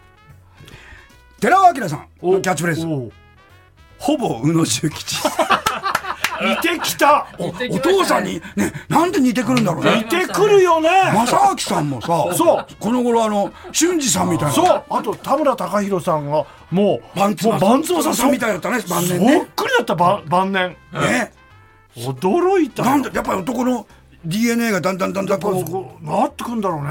[SPEAKER 1] 寺尾明さんのキャッチフレーズ
[SPEAKER 2] お [LAUGHS]
[SPEAKER 1] ほぼ宇野重吉
[SPEAKER 2] 似てきた
[SPEAKER 1] おお父さんにねなんで似てくるんだろう
[SPEAKER 2] 似
[SPEAKER 1] ね
[SPEAKER 2] てくるよね
[SPEAKER 1] 正明さんもさ
[SPEAKER 2] そう
[SPEAKER 1] この頃あの俊二さんみたいな
[SPEAKER 2] そうあと田村隆弘さんがもう
[SPEAKER 1] バンツ
[SPEAKER 2] もうバンツマさん
[SPEAKER 1] さんみたいだったね晩年
[SPEAKER 2] そっ
[SPEAKER 1] ね
[SPEAKER 2] くりだったば晩年
[SPEAKER 1] ね
[SPEAKER 2] 驚いた
[SPEAKER 1] なんでやっぱり男の DNA がだんだんだんだんこう
[SPEAKER 2] こうなってくんだろうね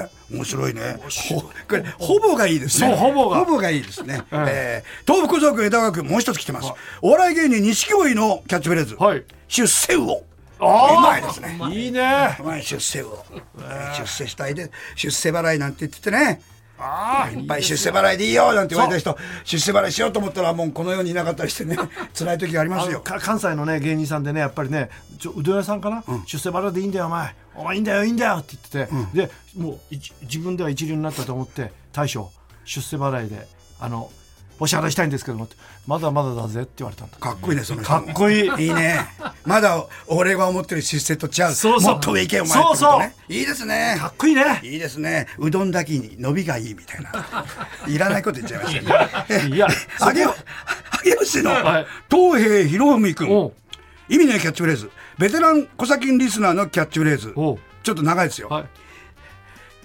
[SPEAKER 1] ねえ面白いね。ほこれほぼがいいですね。
[SPEAKER 2] そうほぼが
[SPEAKER 1] いいですね。えー東北族枝川君もう一つ来てます。お笑い芸人錦鯉のキャッチフレーズ。
[SPEAKER 2] はい
[SPEAKER 1] 出世魚。うま
[SPEAKER 2] あ
[SPEAKER 1] いですね。
[SPEAKER 2] あいいね
[SPEAKER 1] うまい出世魚。出世したいで出世払いなんて言っててね。
[SPEAKER 2] あ
[SPEAKER 1] いっぱい出世払いでいいよなんて言われた人出世払いしようと思ったらもうこの世にいなかったりしてね辛い時があります
[SPEAKER 2] あ
[SPEAKER 1] よ。
[SPEAKER 2] か関西のね芸人さんでねやっぱりねちょうどん屋さんかな、出世払いでいいんだよお前お前いいんだよいいんだよって言ってて、でもうい自分では一流になったと思って大将出世払いであのお支払いしたいんですけどもってまだまだだぜって言われたんだ
[SPEAKER 1] かっこいいねその人
[SPEAKER 2] か
[SPEAKER 1] も
[SPEAKER 2] っこいい
[SPEAKER 1] いいね。まだ俺が思ってる出世と違う。
[SPEAKER 2] そうそう
[SPEAKER 1] もっと上行けよお前
[SPEAKER 2] そうそう
[SPEAKER 1] ってことねいいですね。
[SPEAKER 2] かっこいいね
[SPEAKER 1] いいですね。うどんだけに伸びがいいみ
[SPEAKER 2] [LAUGHS]
[SPEAKER 1] たいな。いらないこと言っちゃいましたけど
[SPEAKER 2] いや
[SPEAKER 1] [LAUGHS] あげよ、あげよしの
[SPEAKER 2] はい、
[SPEAKER 1] 東平博文君
[SPEAKER 2] おう。
[SPEAKER 1] 意味ないキャッチフレーズ。ベテラン小崎リスナーのキャッチフレーズ。ち
[SPEAKER 2] お
[SPEAKER 1] ょ
[SPEAKER 2] う
[SPEAKER 1] っと長いですよ。
[SPEAKER 2] はい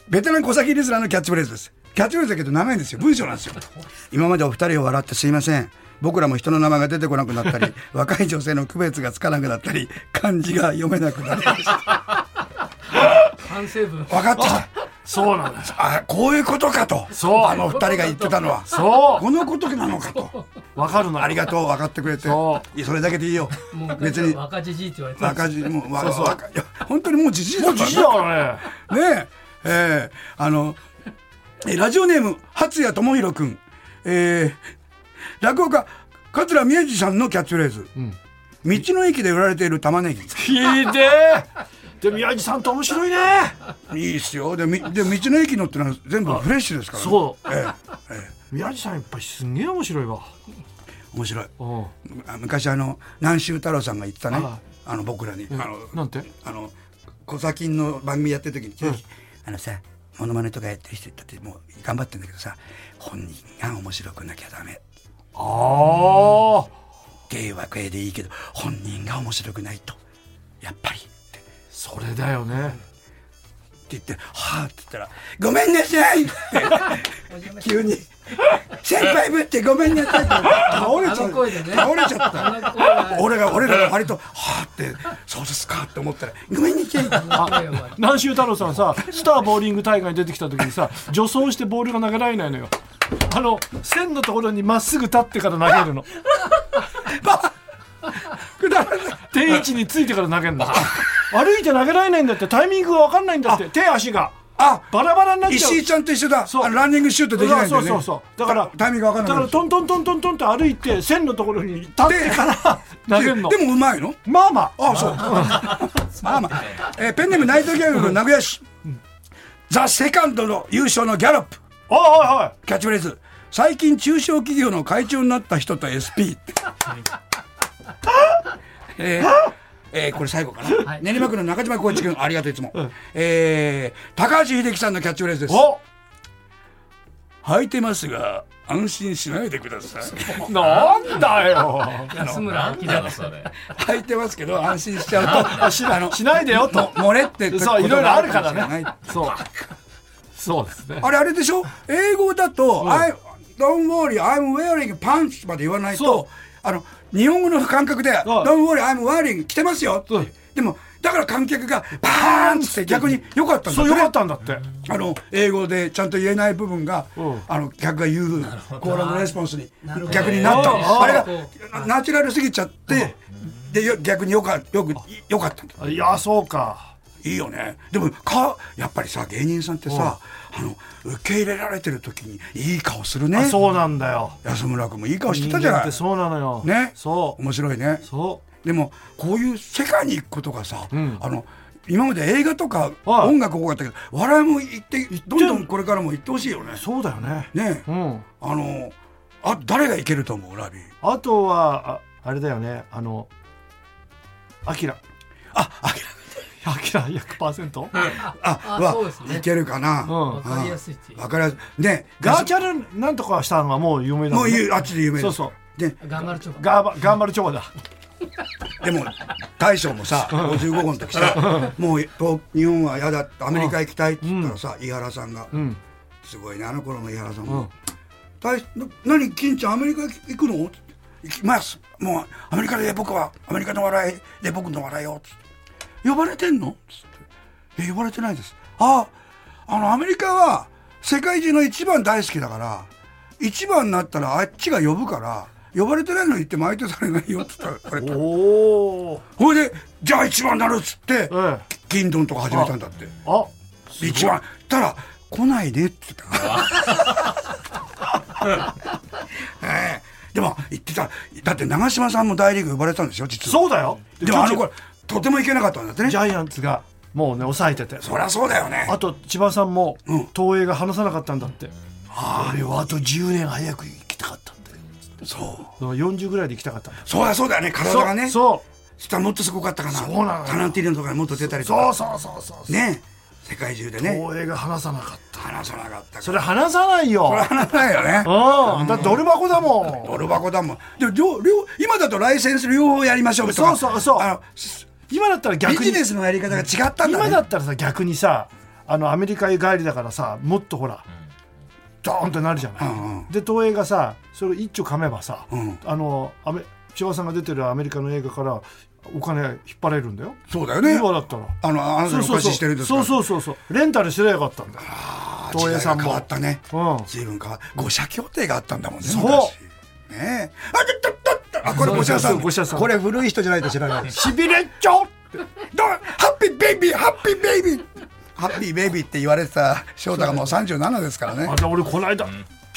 [SPEAKER 1] ベテラン小崎リスナーのキャッチフレーズです。キャッチフレーズだけど長いんですよ。文章なんですよ。今までお二人を笑ってすいません。僕らも人の名前が出てこなくなった
[SPEAKER 2] [LAUGHS]
[SPEAKER 1] り、若い女性の区別がつかなくなったり、漢字が読めなくなりました。
[SPEAKER 3] 反省文
[SPEAKER 1] 分かってきた。
[SPEAKER 2] そうなんです
[SPEAKER 1] あ、こういうことかと。
[SPEAKER 2] そう
[SPEAKER 1] あの二人が言ってたのは。
[SPEAKER 2] そ
[SPEAKER 1] このことなのかと。
[SPEAKER 2] うわかるのよ
[SPEAKER 1] ありがとう、分かってくれて。
[SPEAKER 2] そ
[SPEAKER 1] いやそれだけでいいよ
[SPEAKER 3] もう。
[SPEAKER 1] 別に、
[SPEAKER 3] 若じじいって言われてた
[SPEAKER 1] 赤字も、わ若いいや本当にもうじじいだ
[SPEAKER 2] も
[SPEAKER 1] から
[SPEAKER 2] うじじだからね
[SPEAKER 1] ねえ、ええあの、えラジオネーム、初谷智弘くん、えー、落語家、桂宮治さんのキャッチフレーズ、道の駅で売られている玉ねぎ。
[SPEAKER 2] ひでえで宮治さんと面白いね
[SPEAKER 1] いいっすよ。で、みで道の駅のってのは全部フレッシュですから、ね。
[SPEAKER 2] そう
[SPEAKER 1] えええ
[SPEAKER 2] 宮治さんやっぱりすんげえ面白いわ
[SPEAKER 1] え面白い。
[SPEAKER 2] うん
[SPEAKER 1] あ昔、あの、南州太郎さんが言ってたね、
[SPEAKER 2] あ
[SPEAKER 1] あの、僕らに、あの、
[SPEAKER 2] なんて
[SPEAKER 1] あの小崎の番組やってる時に、あのさモノマネとかやってる人だってもう頑張ってんだけどさ本人が面白くなきゃダメ
[SPEAKER 2] ああ
[SPEAKER 1] 芸は芸でいいけど本人が面白くないとやっぱりってって
[SPEAKER 2] それだよね
[SPEAKER 1] 言って「はあ」って言ったら「ごめんなさ
[SPEAKER 2] [LAUGHS]
[SPEAKER 1] い!」って急に「先輩ぶってごめんなさい」って倒れちゃ
[SPEAKER 3] あの声で
[SPEAKER 1] っ
[SPEAKER 3] ね
[SPEAKER 1] た倒れちゃっ
[SPEAKER 3] あ
[SPEAKER 1] た
[SPEAKER 3] の声は
[SPEAKER 1] 俺が俺らが割と「はあ」って「そうですか」って思ったら「ごめんなさい」
[SPEAKER 3] 声は
[SPEAKER 2] 南州太郎さんさスターボーリング大会に出てきた時にさ助走してボールが投げられないのよあの線のところにまっすぐ立ってから投げるの
[SPEAKER 1] くだらない
[SPEAKER 2] 定位置についてから投げるの歩いて投げられないんだってタイミングが分かんないんだって手足が
[SPEAKER 1] あ
[SPEAKER 2] バラバラになっちゃう
[SPEAKER 1] 石井ちゃんと一緒だ
[SPEAKER 2] そう
[SPEAKER 1] あのランニングシュートできないんだ
[SPEAKER 2] そ
[SPEAKER 1] よ
[SPEAKER 2] う
[SPEAKER 1] ね
[SPEAKER 2] そうそうだから
[SPEAKER 1] タタイミングが分かん
[SPEAKER 2] だ
[SPEAKER 1] な
[SPEAKER 2] から
[SPEAKER 1] いで
[SPEAKER 2] トントントントントンと歩いて線のところに立ってから投げるの
[SPEAKER 1] でもうまいの
[SPEAKER 2] まあまあ
[SPEAKER 1] ああそうまあまあ、えーペンネームナイトギャングの名古屋市、ザ・セカンドの優勝のギャロップ
[SPEAKER 2] おいおいおい
[SPEAKER 1] キャッチフレーズ最近中小企業の会長になった人と SP えーえーこれ最後かな、
[SPEAKER 3] はい
[SPEAKER 1] 練馬区の中島光一君ありがとういつも、えー高橋英樹さんのキャッチフレーズです
[SPEAKER 2] お
[SPEAKER 1] 履いてますが安心しないでください
[SPEAKER 2] なんだ [LAUGHS] よ
[SPEAKER 3] 安村明だ
[SPEAKER 4] のそれ
[SPEAKER 1] 履いてますけど安心しちゃうとしあの
[SPEAKER 2] [LAUGHS] しないでよと
[SPEAKER 1] 漏れってこと
[SPEAKER 2] そういろいろあるか
[SPEAKER 1] が
[SPEAKER 2] ら
[SPEAKER 1] もしれない
[SPEAKER 2] ねそうそうですね
[SPEAKER 1] あれあれでしょ英語だと「I don't worry I'm wearing pants」まで言わない
[SPEAKER 2] そ
[SPEAKER 1] とあの日本語の感覚で「
[SPEAKER 2] そう
[SPEAKER 1] Don't worry I'm wearing」着てますよ
[SPEAKER 2] そう
[SPEAKER 1] でもだから観客がパーンって逆に良かったんだ
[SPEAKER 2] そう
[SPEAKER 1] ね
[SPEAKER 2] よかったんだって
[SPEAKER 1] あの英語でちゃんと言えない部分が、
[SPEAKER 2] うん
[SPEAKER 1] あの客が言うコーラのレスポンスに逆になった
[SPEAKER 2] なるほど
[SPEAKER 1] あれが
[SPEAKER 3] そう
[SPEAKER 1] ナチュラルすぎちゃって、でよ逆によかよくよかったんだ
[SPEAKER 2] いやそうか
[SPEAKER 1] いいよねでもかやっぱりさ芸人さんってさ、あの受け入れられてる時にいい顔するね
[SPEAKER 2] あそうなんだよ
[SPEAKER 1] 安村君もいい顔して
[SPEAKER 2] 人
[SPEAKER 1] たじゃ
[SPEAKER 2] 間っ
[SPEAKER 1] な
[SPEAKER 2] て
[SPEAKER 1] い
[SPEAKER 2] そうなのよ
[SPEAKER 1] ね
[SPEAKER 2] そう
[SPEAKER 1] 面白いね
[SPEAKER 2] そう
[SPEAKER 1] でもこういう世界に行くことがさ、
[SPEAKER 2] ん
[SPEAKER 1] あの今まで映画とか
[SPEAKER 2] はい
[SPEAKER 1] 音楽多かったけど、笑いも行って
[SPEAKER 2] って
[SPEAKER 1] どんどんこれからも行ってほしいよね
[SPEAKER 2] そうだよね
[SPEAKER 1] ねえ
[SPEAKER 2] うん
[SPEAKER 1] あのあ誰がいけると思うラビー
[SPEAKER 2] あとはああれだよねあのアキラ
[SPEAKER 1] ああ
[SPEAKER 2] アキラ100%
[SPEAKER 1] あ
[SPEAKER 3] あ
[SPEAKER 1] は
[SPEAKER 3] そうですね
[SPEAKER 1] いけるかな、
[SPEAKER 2] うん
[SPEAKER 3] わかりやすいっていう
[SPEAKER 1] わかりやすいね
[SPEAKER 2] ガーチ
[SPEAKER 1] ャ
[SPEAKER 2] ャルなんとかしたのはもう有名だ
[SPEAKER 1] もう
[SPEAKER 2] ね
[SPEAKER 1] いうあっちで有名
[SPEAKER 2] そうそう
[SPEAKER 1] で
[SPEAKER 3] 頑張るちょ
[SPEAKER 2] ガーバガーマルチョコだ
[SPEAKER 1] でも大将もさ55号の時さもう東日本は嫌だアメリカ行きたいって言ったらさ、井原さんが、
[SPEAKER 2] うん
[SPEAKER 1] すごいねあの頃の井原さん
[SPEAKER 2] う
[SPEAKER 1] も
[SPEAKER 2] ん
[SPEAKER 1] 「大しな何金ちゃんアメリカ行くの?」行きますもうアメリカで僕はアメリカの笑いで僕の笑いを」つって呼ばれてんの?」つって「いや呼ばれてないです」あ「ああのアメリカは世界中の一番大好きだから一番になったらあっちが呼ぶから呼ばれてないのに行っても相手されないよ」っつったら言われた
[SPEAKER 2] おお
[SPEAKER 1] ほいで「じゃあ一番になる」っつって
[SPEAKER 2] ええ
[SPEAKER 1] 金丼とか始めたんだって。
[SPEAKER 2] あすごい
[SPEAKER 1] 一番たら来ないでって言ったから [LAUGHS] ええでも言ってただって長嶋さんも大リーグ呼ばれてたんですよ実は
[SPEAKER 2] そうだよ
[SPEAKER 1] でもあの頃とてもいけなかったんだってね
[SPEAKER 2] ジャイアンツがもうね抑えてて
[SPEAKER 1] そりゃそうだよね
[SPEAKER 2] あと千葉さんも
[SPEAKER 1] うん
[SPEAKER 2] 東映が話さなかったんだって、あれはあと10年早く行きたかったんだよ
[SPEAKER 1] そう
[SPEAKER 2] その40ぐらいで行きたかったんだ
[SPEAKER 1] そうだそうだよね体がね
[SPEAKER 2] そ
[SPEAKER 1] したもっとすごかったかな
[SPEAKER 2] そうなのよ
[SPEAKER 1] タランティーノとかにもっと出たり
[SPEAKER 2] う
[SPEAKER 1] と
[SPEAKER 2] そう
[SPEAKER 1] か
[SPEAKER 2] そうそうそうそう、
[SPEAKER 1] ね世界中でね
[SPEAKER 2] 東映が話さなかった
[SPEAKER 1] 話さなかった
[SPEAKER 2] そ
[SPEAKER 1] から
[SPEAKER 2] れ話さないよ
[SPEAKER 1] それ話さないよね
[SPEAKER 2] うんだってドル箱だも
[SPEAKER 1] ドル箱だもんでも両両今だとライセンス両方やりましょうとか
[SPEAKER 2] そうそうそう
[SPEAKER 1] あの
[SPEAKER 2] ん今だったら逆
[SPEAKER 1] ビ
[SPEAKER 2] に
[SPEAKER 1] ジネスのやり方が違ったんだね
[SPEAKER 2] 今だったらさ逆にさあのアメリカへ帰りだからさもっとほらドーンってなるじゃない、
[SPEAKER 1] うんうん
[SPEAKER 2] で東映がさそれを一丁噛めばさ、
[SPEAKER 1] うん
[SPEAKER 2] あのアメ千葉さんが出てるアメリカの映画からお金引っ張れるんだよ、
[SPEAKER 1] そうだよね
[SPEAKER 2] 今だったら
[SPEAKER 1] あの、あなたのお貸ししてるんですか
[SPEAKER 2] そ
[SPEAKER 1] ら
[SPEAKER 2] うそうそうそうレンタルしてりゃよかったんだよ
[SPEAKER 1] あー
[SPEAKER 2] 東映さん
[SPEAKER 1] 時代が
[SPEAKER 2] も
[SPEAKER 1] 変わったね。
[SPEAKER 2] うん
[SPEAKER 1] 随分変わ五社協定があったんだもんね。
[SPEAKER 2] そう
[SPEAKER 1] 昔ねえ。あ、だだだだあ、これ五社さ
[SPEAKER 2] そうそ
[SPEAKER 1] ん。
[SPEAKER 2] う五社さん
[SPEAKER 1] これ古い人じゃないと知らないです。
[SPEAKER 2] しびれっちょ
[SPEAKER 1] どうハッピーベイビー、ハッピーベイビー。ハッピーベイビーって言われてた翔太がもう37ですからね
[SPEAKER 2] あ。で俺この間、び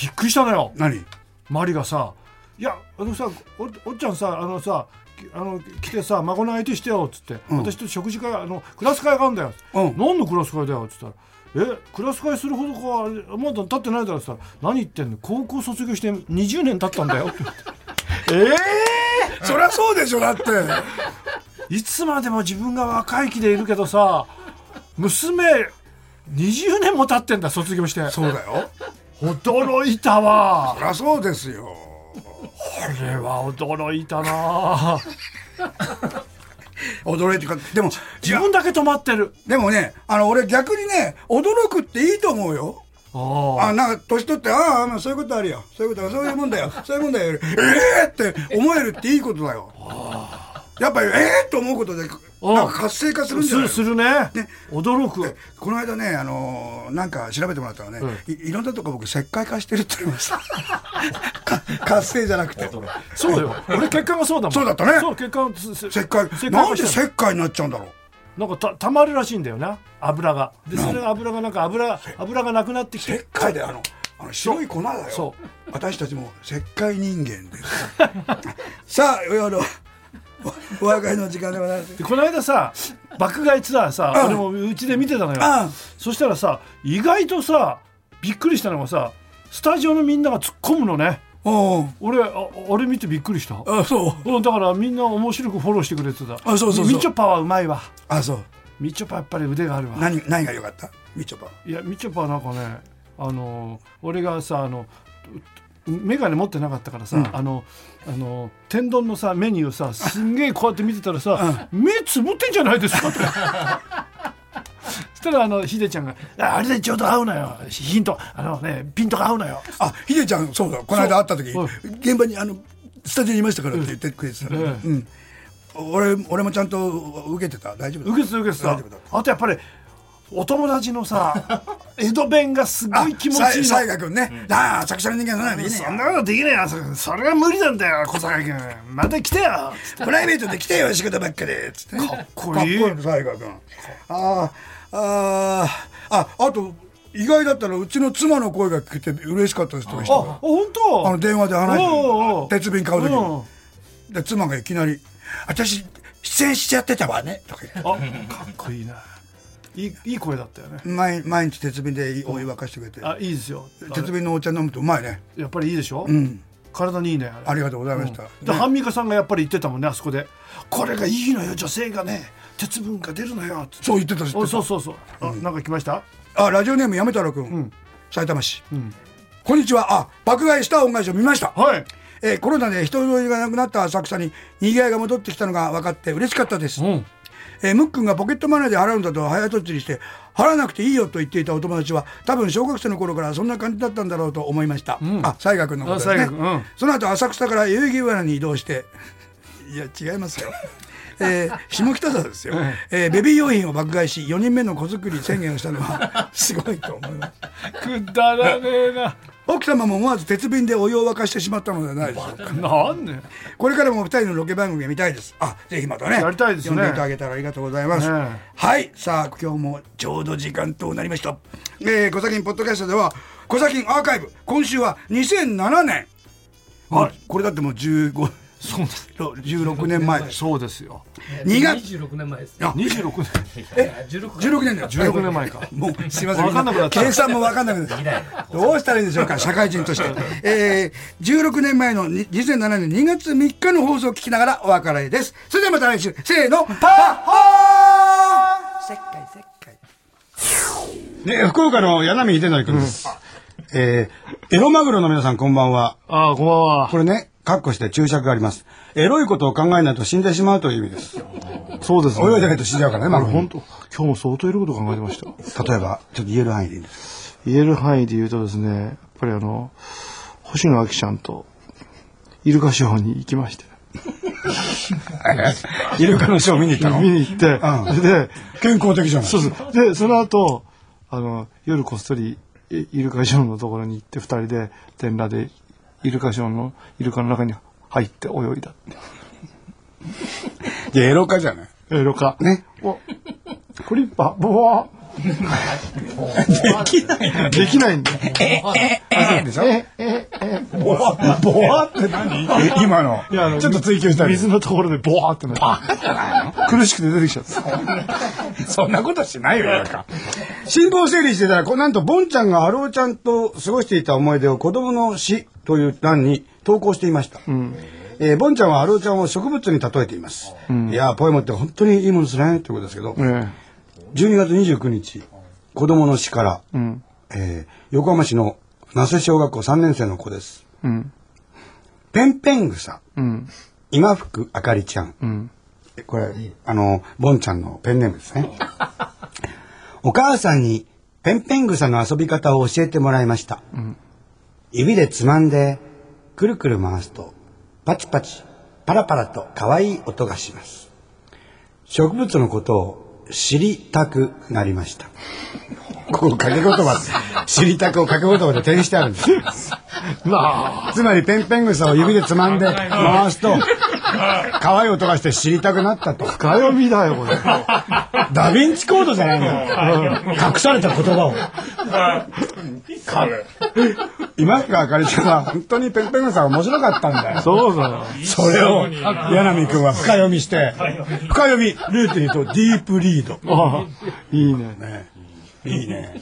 [SPEAKER 2] っくりしたのよ
[SPEAKER 1] 何
[SPEAKER 2] マリがさ「いやあのさおおっちゃんさあのさきあの来てさ孫の相手してよ」っつって、
[SPEAKER 1] ん
[SPEAKER 2] 私と食事会あのクラス会があるんだよ」
[SPEAKER 1] うん
[SPEAKER 2] 何のクラス会だよ」っつったら「えクラス会するほどかあれまだ経ってないだろ」っつったら「何言ってんの高校卒業して20年経ったんだ
[SPEAKER 1] [LAUGHS]
[SPEAKER 2] よ」って言ってえ
[SPEAKER 1] そりゃそうでしょ、だって。
[SPEAKER 2] えいつまでも自分が若い気でいるけどさ娘20年も経ってんだ卒業して
[SPEAKER 1] そうだよ。
[SPEAKER 2] 驚いたわ
[SPEAKER 1] そりゃそうですよ。
[SPEAKER 2] これは驚いたな
[SPEAKER 1] 驚いてか、でも、
[SPEAKER 2] 自分だけ止まってる
[SPEAKER 1] でもね、あの、俺逆にね、驚くっていいと思うよ。
[SPEAKER 2] あ
[SPEAKER 1] あなんか年取ってああまあそういうことあるよそういうことそういうもんだよそういうもんだよええー、って思えるっていいことだよやっぱりええー、と思うことでなんか活性化するんじゃない
[SPEAKER 2] するね
[SPEAKER 1] ね
[SPEAKER 2] 驚く
[SPEAKER 1] この間ね、あのーなんか調べてもらったらね、
[SPEAKER 2] うん
[SPEAKER 1] いいろんなとこ僕石灰化してるって言われました [LAUGHS] か活性じゃなくて
[SPEAKER 2] そうよ俺血管がそうだもん
[SPEAKER 1] そうだったね
[SPEAKER 2] そう血管すす
[SPEAKER 1] 石灰
[SPEAKER 2] 石
[SPEAKER 1] な
[SPEAKER 2] 灰
[SPEAKER 1] ん
[SPEAKER 2] 化
[SPEAKER 1] で
[SPEAKER 2] してる
[SPEAKER 1] 石灰になっちゃうんだろう
[SPEAKER 2] なんかたたまるらしいんだよな油がでそれが油がなんか油油がなくなってき
[SPEAKER 1] 石
[SPEAKER 2] て
[SPEAKER 1] 灰であのあの白い粉だよ
[SPEAKER 2] そ
[SPEAKER 1] 私たちも石灰人間です [LAUGHS] さあ夜おお別れの時間でござい
[SPEAKER 2] [LAUGHS]
[SPEAKER 1] ます
[SPEAKER 2] でこの間さ爆買いツアーさ
[SPEAKER 1] うん
[SPEAKER 2] 俺もうちで見てたのよ
[SPEAKER 1] うん
[SPEAKER 2] そしたらさ意外とさびっくりしたのがさスタジオのみんなが突っ込むのね
[SPEAKER 1] おう
[SPEAKER 2] 俺ああれ見てびっくりした
[SPEAKER 1] あそう
[SPEAKER 2] うん、だからみんな面白くフォローしてくれてた
[SPEAKER 1] あそうそうそう
[SPEAKER 2] みみちょぱはうまいわ
[SPEAKER 1] あそう
[SPEAKER 2] みちょぱやっぱり腕があるわ
[SPEAKER 1] 何何が良かったみちょぱ
[SPEAKER 2] いやみちょぱはなんかねあの俺がさあの眼鏡持ってなかったからさ、あのあの天丼のさメニューさすんげえこうやって見てたらさ、目つぶってんじゃないですかって [LAUGHS] そしたらあのヒデちゃんが「ああれでちょうど合うのよヒントあのねピントが合うのよ」
[SPEAKER 1] あヒデちゃんそうだこの間会った時
[SPEAKER 2] そう
[SPEAKER 1] 現場にあのスタジオにいましたからって言ってくれてたの
[SPEAKER 2] ええ
[SPEAKER 1] うん俺俺もちゃんと受けてた大丈夫だ
[SPEAKER 2] 受けてた受けてた
[SPEAKER 1] 大丈夫だ
[SPEAKER 2] あとやっぱりお友達のさ江戸弁がすご
[SPEAKER 1] あ
[SPEAKER 2] い気持ちいいの
[SPEAKER 1] 西賀君ねああ作者の人間じゃないのいいね
[SPEAKER 2] そんなことできねえよそそれが無理なんだよ小坂君また来てよつって
[SPEAKER 1] プライベートで来てよ仕事ばっかでつってねかっ
[SPEAKER 2] こいい
[SPEAKER 1] こ西賀君ああああああと意外だったらうちの妻の声が聞けて嬉しかったですとか人
[SPEAKER 2] あ
[SPEAKER 1] が
[SPEAKER 2] 本当
[SPEAKER 1] あの電話で話して
[SPEAKER 2] おうおうおう
[SPEAKER 1] 鉄瓶買う時に
[SPEAKER 2] ん
[SPEAKER 1] で妻がいきなり「私出演しちゃってたわね」とか言って
[SPEAKER 2] あかっこいいないいいい声だったよね
[SPEAKER 1] 毎毎日鉄瓶でお湯沸かしてくれて
[SPEAKER 2] あいいですよ
[SPEAKER 1] 鉄瓶のお茶飲むとうまいね
[SPEAKER 2] やっぱりいいでしょ、
[SPEAKER 1] うん
[SPEAKER 2] 体にいいね
[SPEAKER 1] あ
[SPEAKER 2] れ
[SPEAKER 1] りがとうございました、ね
[SPEAKER 2] で半ミカさんがやっぱり言ってたもんねあそこでこれがいいのよ女性がね鉄分が出るのよつって
[SPEAKER 1] そう言ってた言ってた
[SPEAKER 2] おそうそうそうあ、なんか来ました
[SPEAKER 1] あラジオネームやめ太郎君、埼玉市、こんにちはあ爆買いした恩返しを見ました、
[SPEAKER 2] はい
[SPEAKER 1] え
[SPEAKER 2] えーコロナで人通りがなくなった浅草に賑わいが戻ってきたのが分かって嬉しかったです、
[SPEAKER 4] うん
[SPEAKER 2] えームックンがポケットマネーで払うんだと早とちりして払わなくていいよと言っていたお友達は多分小学生の頃からそんな感じだったんだろうと思いました、
[SPEAKER 4] ん
[SPEAKER 2] あ西賀君のことです
[SPEAKER 4] あ
[SPEAKER 2] ね、
[SPEAKER 4] 西賀君うん
[SPEAKER 2] その後浅草から代々木上原に移動して [LAUGHS] いや違い
[SPEAKER 4] [LAUGHS]
[SPEAKER 2] ますよえー下北沢ですよ、えーベビー用品を爆買いし4人目の子作り宣言をしたのはすごいと思います
[SPEAKER 4] くだらねえな
[SPEAKER 2] 奥様も思わず鉄瓶でお湯を沸かしてしまったのではないでしょうか
[SPEAKER 4] なんね
[SPEAKER 2] これからもお二人のロケ番組が見たいですあぜひまたね
[SPEAKER 4] やりたいですね
[SPEAKER 2] 呼んでいただけたらありがとうございます、
[SPEAKER 4] ね
[SPEAKER 2] はいさあ今日もちょうど時間となりました「えー、小崎ポッドキャスト」では「小崎アーカイブ」今週は2007年あ、これだってもう15
[SPEAKER 4] そうです
[SPEAKER 2] 16年前です
[SPEAKER 4] そうですよ
[SPEAKER 2] 二月
[SPEAKER 3] 26年前です
[SPEAKER 2] あ
[SPEAKER 4] 26年
[SPEAKER 3] え16か
[SPEAKER 2] 16年だよ
[SPEAKER 4] 16年前か
[SPEAKER 2] もうすいません
[SPEAKER 4] わかんなくなった
[SPEAKER 2] 計算も分かんなくなったどうしたらいいんでしょうか社会人として、えー、16年前のに2007年2月3日の放送を聞きながらお別れですそれではまた来週せーのパッホーせっかいせっかい
[SPEAKER 1] ね、福岡の柳井秀則君です。えーエロマグロの皆さんこんばんは。
[SPEAKER 4] ああこんばんは
[SPEAKER 1] これね、カッコして注釈があります。エロいことを考えないと死んでしまうという意味です。
[SPEAKER 4] そうです
[SPEAKER 1] 泳いでないと死んじゃうからね、マグロ。
[SPEAKER 4] 本当今日も相当いること考えてました
[SPEAKER 1] 例えば、ちょっと言える範囲でいいんです。
[SPEAKER 4] 言える範囲で言うとですねやっぱりあの星野亜紀ちゃんとイルカショーに行きまして
[SPEAKER 1] イルカのショー見に行った
[SPEAKER 4] 見
[SPEAKER 1] の
[SPEAKER 4] に行って、
[SPEAKER 1] うん
[SPEAKER 4] それで
[SPEAKER 1] 健康的じゃない
[SPEAKER 4] そうそうでその後あの夜こっそりイイルカショーのところに行って二人で全裸でイルカショーのイルカの中に入って泳いだ
[SPEAKER 1] いやエロカじゃない。
[SPEAKER 4] イルカ
[SPEAKER 1] ね。
[SPEAKER 4] おクリッパーボワー [LAUGHS] できないんだよ
[SPEAKER 1] えでしょボワボワって何今の
[SPEAKER 4] いやあの。
[SPEAKER 1] ちょっと追求したい。
[SPEAKER 4] 水のところでボワーってなって苦しくて出てきちゃっ
[SPEAKER 1] [LAUGHS]
[SPEAKER 4] た
[SPEAKER 1] そんなことしないよ、なんか。進行整理してたら、こなんと、ボンちゃんがハローちゃんと過ごしていた思い出を子供の死という欄に投稿していました。えーボンちゃんはハローちゃんを植物に例えています。いやー、ポエムって本当にいいものですね、ということですけど、
[SPEAKER 4] え
[SPEAKER 1] 12月29日、子供の死から、
[SPEAKER 4] えうん
[SPEAKER 1] えー横浜市の那瀬小学校3年生の子です。
[SPEAKER 4] うん
[SPEAKER 1] ペンペン草、
[SPEAKER 4] うん
[SPEAKER 1] 今福あかりちゃん。
[SPEAKER 4] うん
[SPEAKER 1] えこれ、あの、ボンちゃんのペンネームですね。お母さんに、ペンペン草の遊び方を教えてもらいました。指でつまんで、くるくる回すと、パチパチ、パラパラと可愛い音がします。植物のことを知りたくなりました。ここ掛け言葉、
[SPEAKER 4] [LAUGHS]
[SPEAKER 1] 知りたくを掛け言葉で転してあるんです。
[SPEAKER 4] なあ
[SPEAKER 1] つまりペンペン草を指でつまんで回すと、可愛い音がして知りたくなったと。
[SPEAKER 4] 深読みだよこれ
[SPEAKER 1] ダヴィンチコードじゃないのよ。隠された言葉を。今福あかりちゃんは本当にペンペンさん面白かったんだよ。
[SPEAKER 4] そうだよ
[SPEAKER 1] それを柳くんは深読みして、深読み、ルーティとディープリード。
[SPEAKER 4] ああいいね
[SPEAKER 1] ねいいね。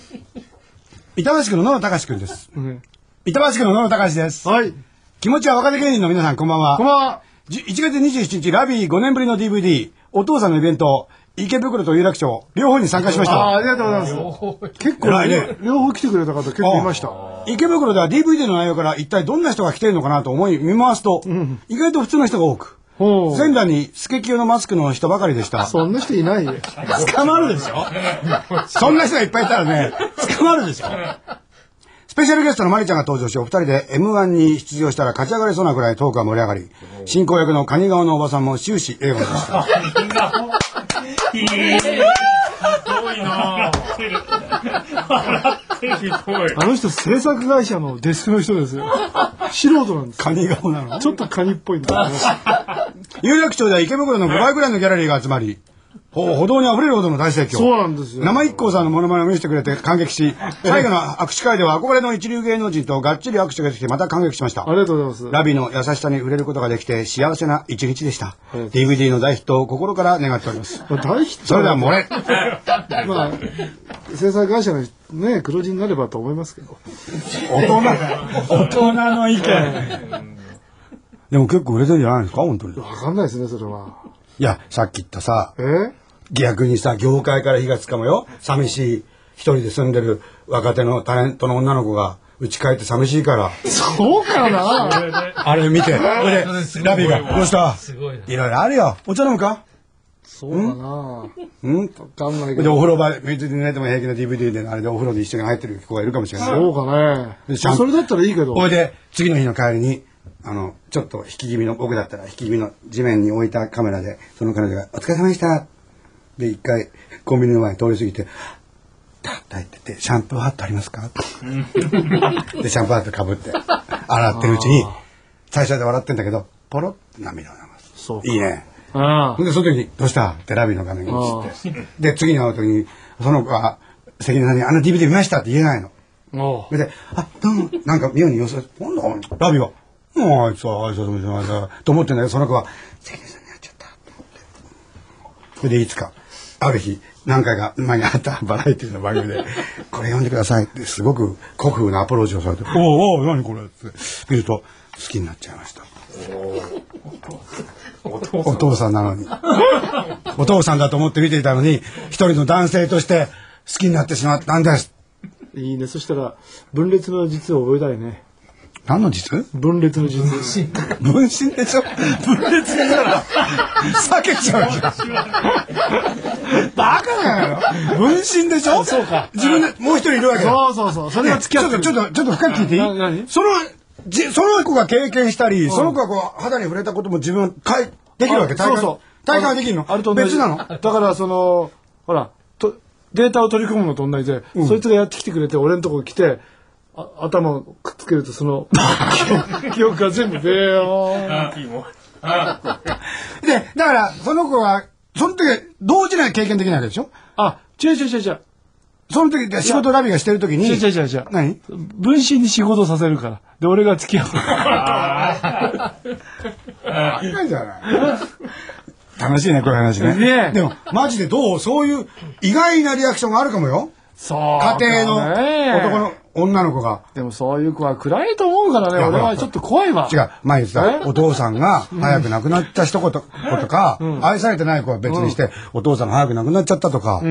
[SPEAKER 1] 板橋区の野野隆くんです。
[SPEAKER 4] ね
[SPEAKER 1] 板橋区の野野隆です。
[SPEAKER 4] はい
[SPEAKER 1] 気持ちは若手芸人の皆さんこんばんは。
[SPEAKER 4] こんばんは
[SPEAKER 1] じ1月27日、ラビー5年ぶりの DVD、お父さんのイベント、池袋と有楽町、両方に参加しまし
[SPEAKER 4] ああ
[SPEAKER 1] た。
[SPEAKER 4] ありがとうございます
[SPEAKER 1] 結構ないね。
[SPEAKER 4] 両方来てくれた方結構いました
[SPEAKER 1] 池袋では DVD の内容から一体どんな人が来ているのかなと思い見回すと、意外と普通の人が多く、
[SPEAKER 4] ほう
[SPEAKER 1] 全裸にスケキヨのマスクの人ばかりでした。
[SPEAKER 4] そんな人いないよ
[SPEAKER 1] [LAUGHS] 捕まるでしょそんな人がいっぱいいたらね、
[SPEAKER 4] [LAUGHS]
[SPEAKER 1] 捕まるでしょスペシャルゲストのマリちゃんが登場し、お二人で M1 に出場したら勝ち上がれそうなくらいトークが盛り上がり、進行役のカニ顔のおばさんも終始笑顔で
[SPEAKER 4] [LAUGHS]
[SPEAKER 1] した。
[SPEAKER 4] あの人制作会社のデスクの人ですよ素人なんですよ
[SPEAKER 1] カニ顔なの
[SPEAKER 4] ちょっとカニっぽいんだよね
[SPEAKER 1] 有楽町では池袋の5倍ぐらいのギャラリーが集まり、ほう歩道に溢れるほどの大盛況。
[SPEAKER 4] そうなんですよ
[SPEAKER 1] 生一行さんのモノマネを見せてくれて感激し、最後の握手会では憧れの一流芸能人とがっちり握手ができてまた感激しました
[SPEAKER 4] あ。りがとうございま
[SPEAKER 1] ラビの優しさに触れることができて幸せな一日でした。
[SPEAKER 4] りがと
[SPEAKER 1] DVD の大ヒットを心から願っております。
[SPEAKER 4] す大ヒット
[SPEAKER 1] それでは漏れ。
[SPEAKER 4] まあ、制作会社のね、黒字になればと思いますけど。
[SPEAKER 1] 大人、大人の意見。でも結構売れてるんじゃないですか本当に。
[SPEAKER 4] わかんないですね、それは。
[SPEAKER 1] いや、さっき言ったさ、
[SPEAKER 4] え
[SPEAKER 1] 逆にさ業界から火がつかむよ寂しい一人で住んでる若手のタレントの女の子がうち帰って寂しいから、
[SPEAKER 4] そうかな
[SPEAKER 1] あれ
[SPEAKER 5] [LAUGHS]
[SPEAKER 1] 見て、俺、ラビが、どうした
[SPEAKER 5] すごいな。
[SPEAKER 1] いろいろあるよ。お茶飲むか
[SPEAKER 4] そうかな
[SPEAKER 1] うん
[SPEAKER 4] わかんないけ
[SPEAKER 1] で、
[SPEAKER 4] ど。
[SPEAKER 1] お風呂場、別に寝ても平気な DVD で、あれでお風呂に一緒に入ってる子がいるかもしれない。
[SPEAKER 4] そうかね。
[SPEAKER 1] でシャン
[SPEAKER 4] それだったらいいけど。
[SPEAKER 1] ほいで、次の日の帰りに、あの、ちょっと引き気味の、僕だったら引き気味の地面に置いたカメラで、その彼女が、お疲れ様でした。で、一回、コンビニの前通り過ぎて、叩いてて、シャンプーハットありま
[SPEAKER 5] [LAUGHS]
[SPEAKER 1] すかで、シャンプーハットかぶって、洗ってるうちに、最初で笑ってんだけど、ポロッと涙を流す。
[SPEAKER 4] そうか。
[SPEAKER 1] いいね。
[SPEAKER 4] うん
[SPEAKER 1] ほんで、その時に、どうしたってラビの画面に映って。で、次に会う時に、その子は、関根さんに、あの DVD 見ましたって言えないの。
[SPEAKER 4] おう
[SPEAKER 1] で、あ、どうも、なんか妙に様子が、なんだ、ラビは、もうあいつは、あいつは、あいつはあいつは、と思ってんだけど、その子は、関根さんに会っちゃった、と思って。それで、いつか、ある日、何回か前にあったバラエティの番組で、 [LAUGHS] これ読んでくださいって、すごく古風なアプローチをされて、おうおう、何これって、見ると、好きになっちゃいました。お父さんなのに。お父さんだと思って見ていたのに、一人の男性として好きになってしまったんです。
[SPEAKER 4] いいね。そしたら、分裂の実を覚えたいね。
[SPEAKER 1] 何の実
[SPEAKER 4] 分裂の実。
[SPEAKER 1] 分身でしょ分裂したら、避けちゃうじゃん。バカなのよ。分身でしょ
[SPEAKER 4] そうか
[SPEAKER 1] 自分で、もう一人いるわけだ。
[SPEAKER 4] そうそうそう。それが付き合って
[SPEAKER 1] ねちょっと、ちょっと、ちょっと深く聞いてい
[SPEAKER 4] ない何
[SPEAKER 1] その、じその子が経験したり、その子がこう、肌に触れたことも自分、かい、できるわけ。
[SPEAKER 4] あそうそう。
[SPEAKER 1] 体感はできるの
[SPEAKER 4] あれと同じ
[SPEAKER 1] 別なの
[SPEAKER 4] だから、その、ほら、とデータを取り込むのと同じで、そいつがやってきてくれて、俺のとこ来て、あ頭をくっつけると、その、 [LAUGHS] 記憶記憶が全部、でよ
[SPEAKER 1] で、だから、その子は、その時、同時には経験できないわけでしょ
[SPEAKER 4] あ、違う違う違う違う。
[SPEAKER 1] その時、仕事ラビがしてる時に、
[SPEAKER 4] 違う違う違う違う。
[SPEAKER 1] 何
[SPEAKER 4] 分身に仕事させるから。で、俺が付き合う。
[SPEAKER 1] [LAUGHS] 高いじゃない。 [LAUGHS] 楽しいね、こういう話ね。
[SPEAKER 4] ねえ
[SPEAKER 1] でも、マジでどうそういう意外なリアクションがあるかもよ。
[SPEAKER 4] そう。
[SPEAKER 1] 家庭の男の。女の子が。
[SPEAKER 4] でもそういう子は暗いと思うからね、
[SPEAKER 1] いや
[SPEAKER 4] 俺
[SPEAKER 1] ほ
[SPEAKER 4] は
[SPEAKER 1] ら
[SPEAKER 4] ちょっと怖いわ。 [LAUGHS]
[SPEAKER 1] 違う。前言って
[SPEAKER 4] え
[SPEAKER 1] た、お父さんが早く亡くなった一言とか、愛されてない子は別にして、お父さんが早く亡くなっちゃったとか、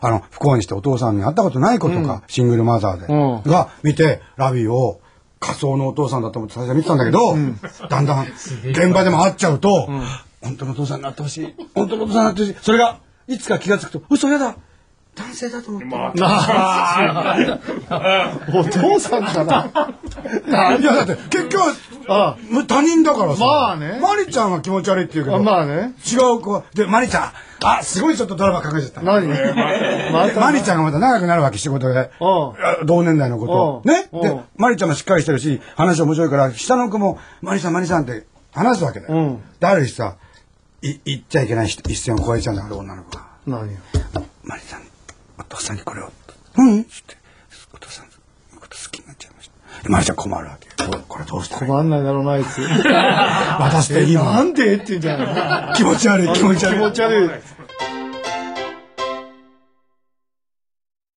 [SPEAKER 1] あの、不幸にしてお父さんに会ったことない子とか、シングルマザー
[SPEAKER 4] う
[SPEAKER 1] で、が見て、ラビーを仮想のお父さんだと思って最初は見てたんだけど、だんだん現場でも会っちゃうと、本当のお父さんになってほしい。本当のお父さんになってほしい。それが、いつか気がつくと、嘘やだ男性だと思って。
[SPEAKER 4] お父さんかな。
[SPEAKER 1] いや、だって、結局は、む他人だからさ。
[SPEAKER 4] まあね
[SPEAKER 1] マリちゃんは気持ち悪いって言うけ
[SPEAKER 4] あ
[SPEAKER 1] ど、
[SPEAKER 4] [LAUGHS] まあね。
[SPEAKER 1] 違う子は。で、マリちゃん。あ、すごいちょっとドラマかけちゃった。
[SPEAKER 4] 何ま
[SPEAKER 1] でマリちゃんがまた長くなるわけ、仕事で。
[SPEAKER 4] うん
[SPEAKER 1] あ同年代のことを。
[SPEAKER 4] うん
[SPEAKER 1] ね
[SPEAKER 4] うん
[SPEAKER 1] で、マリちゃんもしっかりしてるし、話面白いから、下の子も、マリさん、マリさんって話すわけだよ。
[SPEAKER 4] うん
[SPEAKER 1] で、ある日さ、い、言っちゃいけない人一線を越えちゃうんだけど、女の子が。
[SPEAKER 4] 何よ。
[SPEAKER 1] マリさん、お父さんにこれを。うんつって、お父さんのこと好きになっちゃいました。でマリちゃん困るわけ。これこれどうしたらいい
[SPEAKER 4] 困んないだろうな、あいつ。 [LAUGHS]
[SPEAKER 1] 渡していいも。
[SPEAKER 4] なんんでって言うんじゃない
[SPEAKER 1] 気持ち悪い、気持ち悪い。
[SPEAKER 4] 気持ち悪い。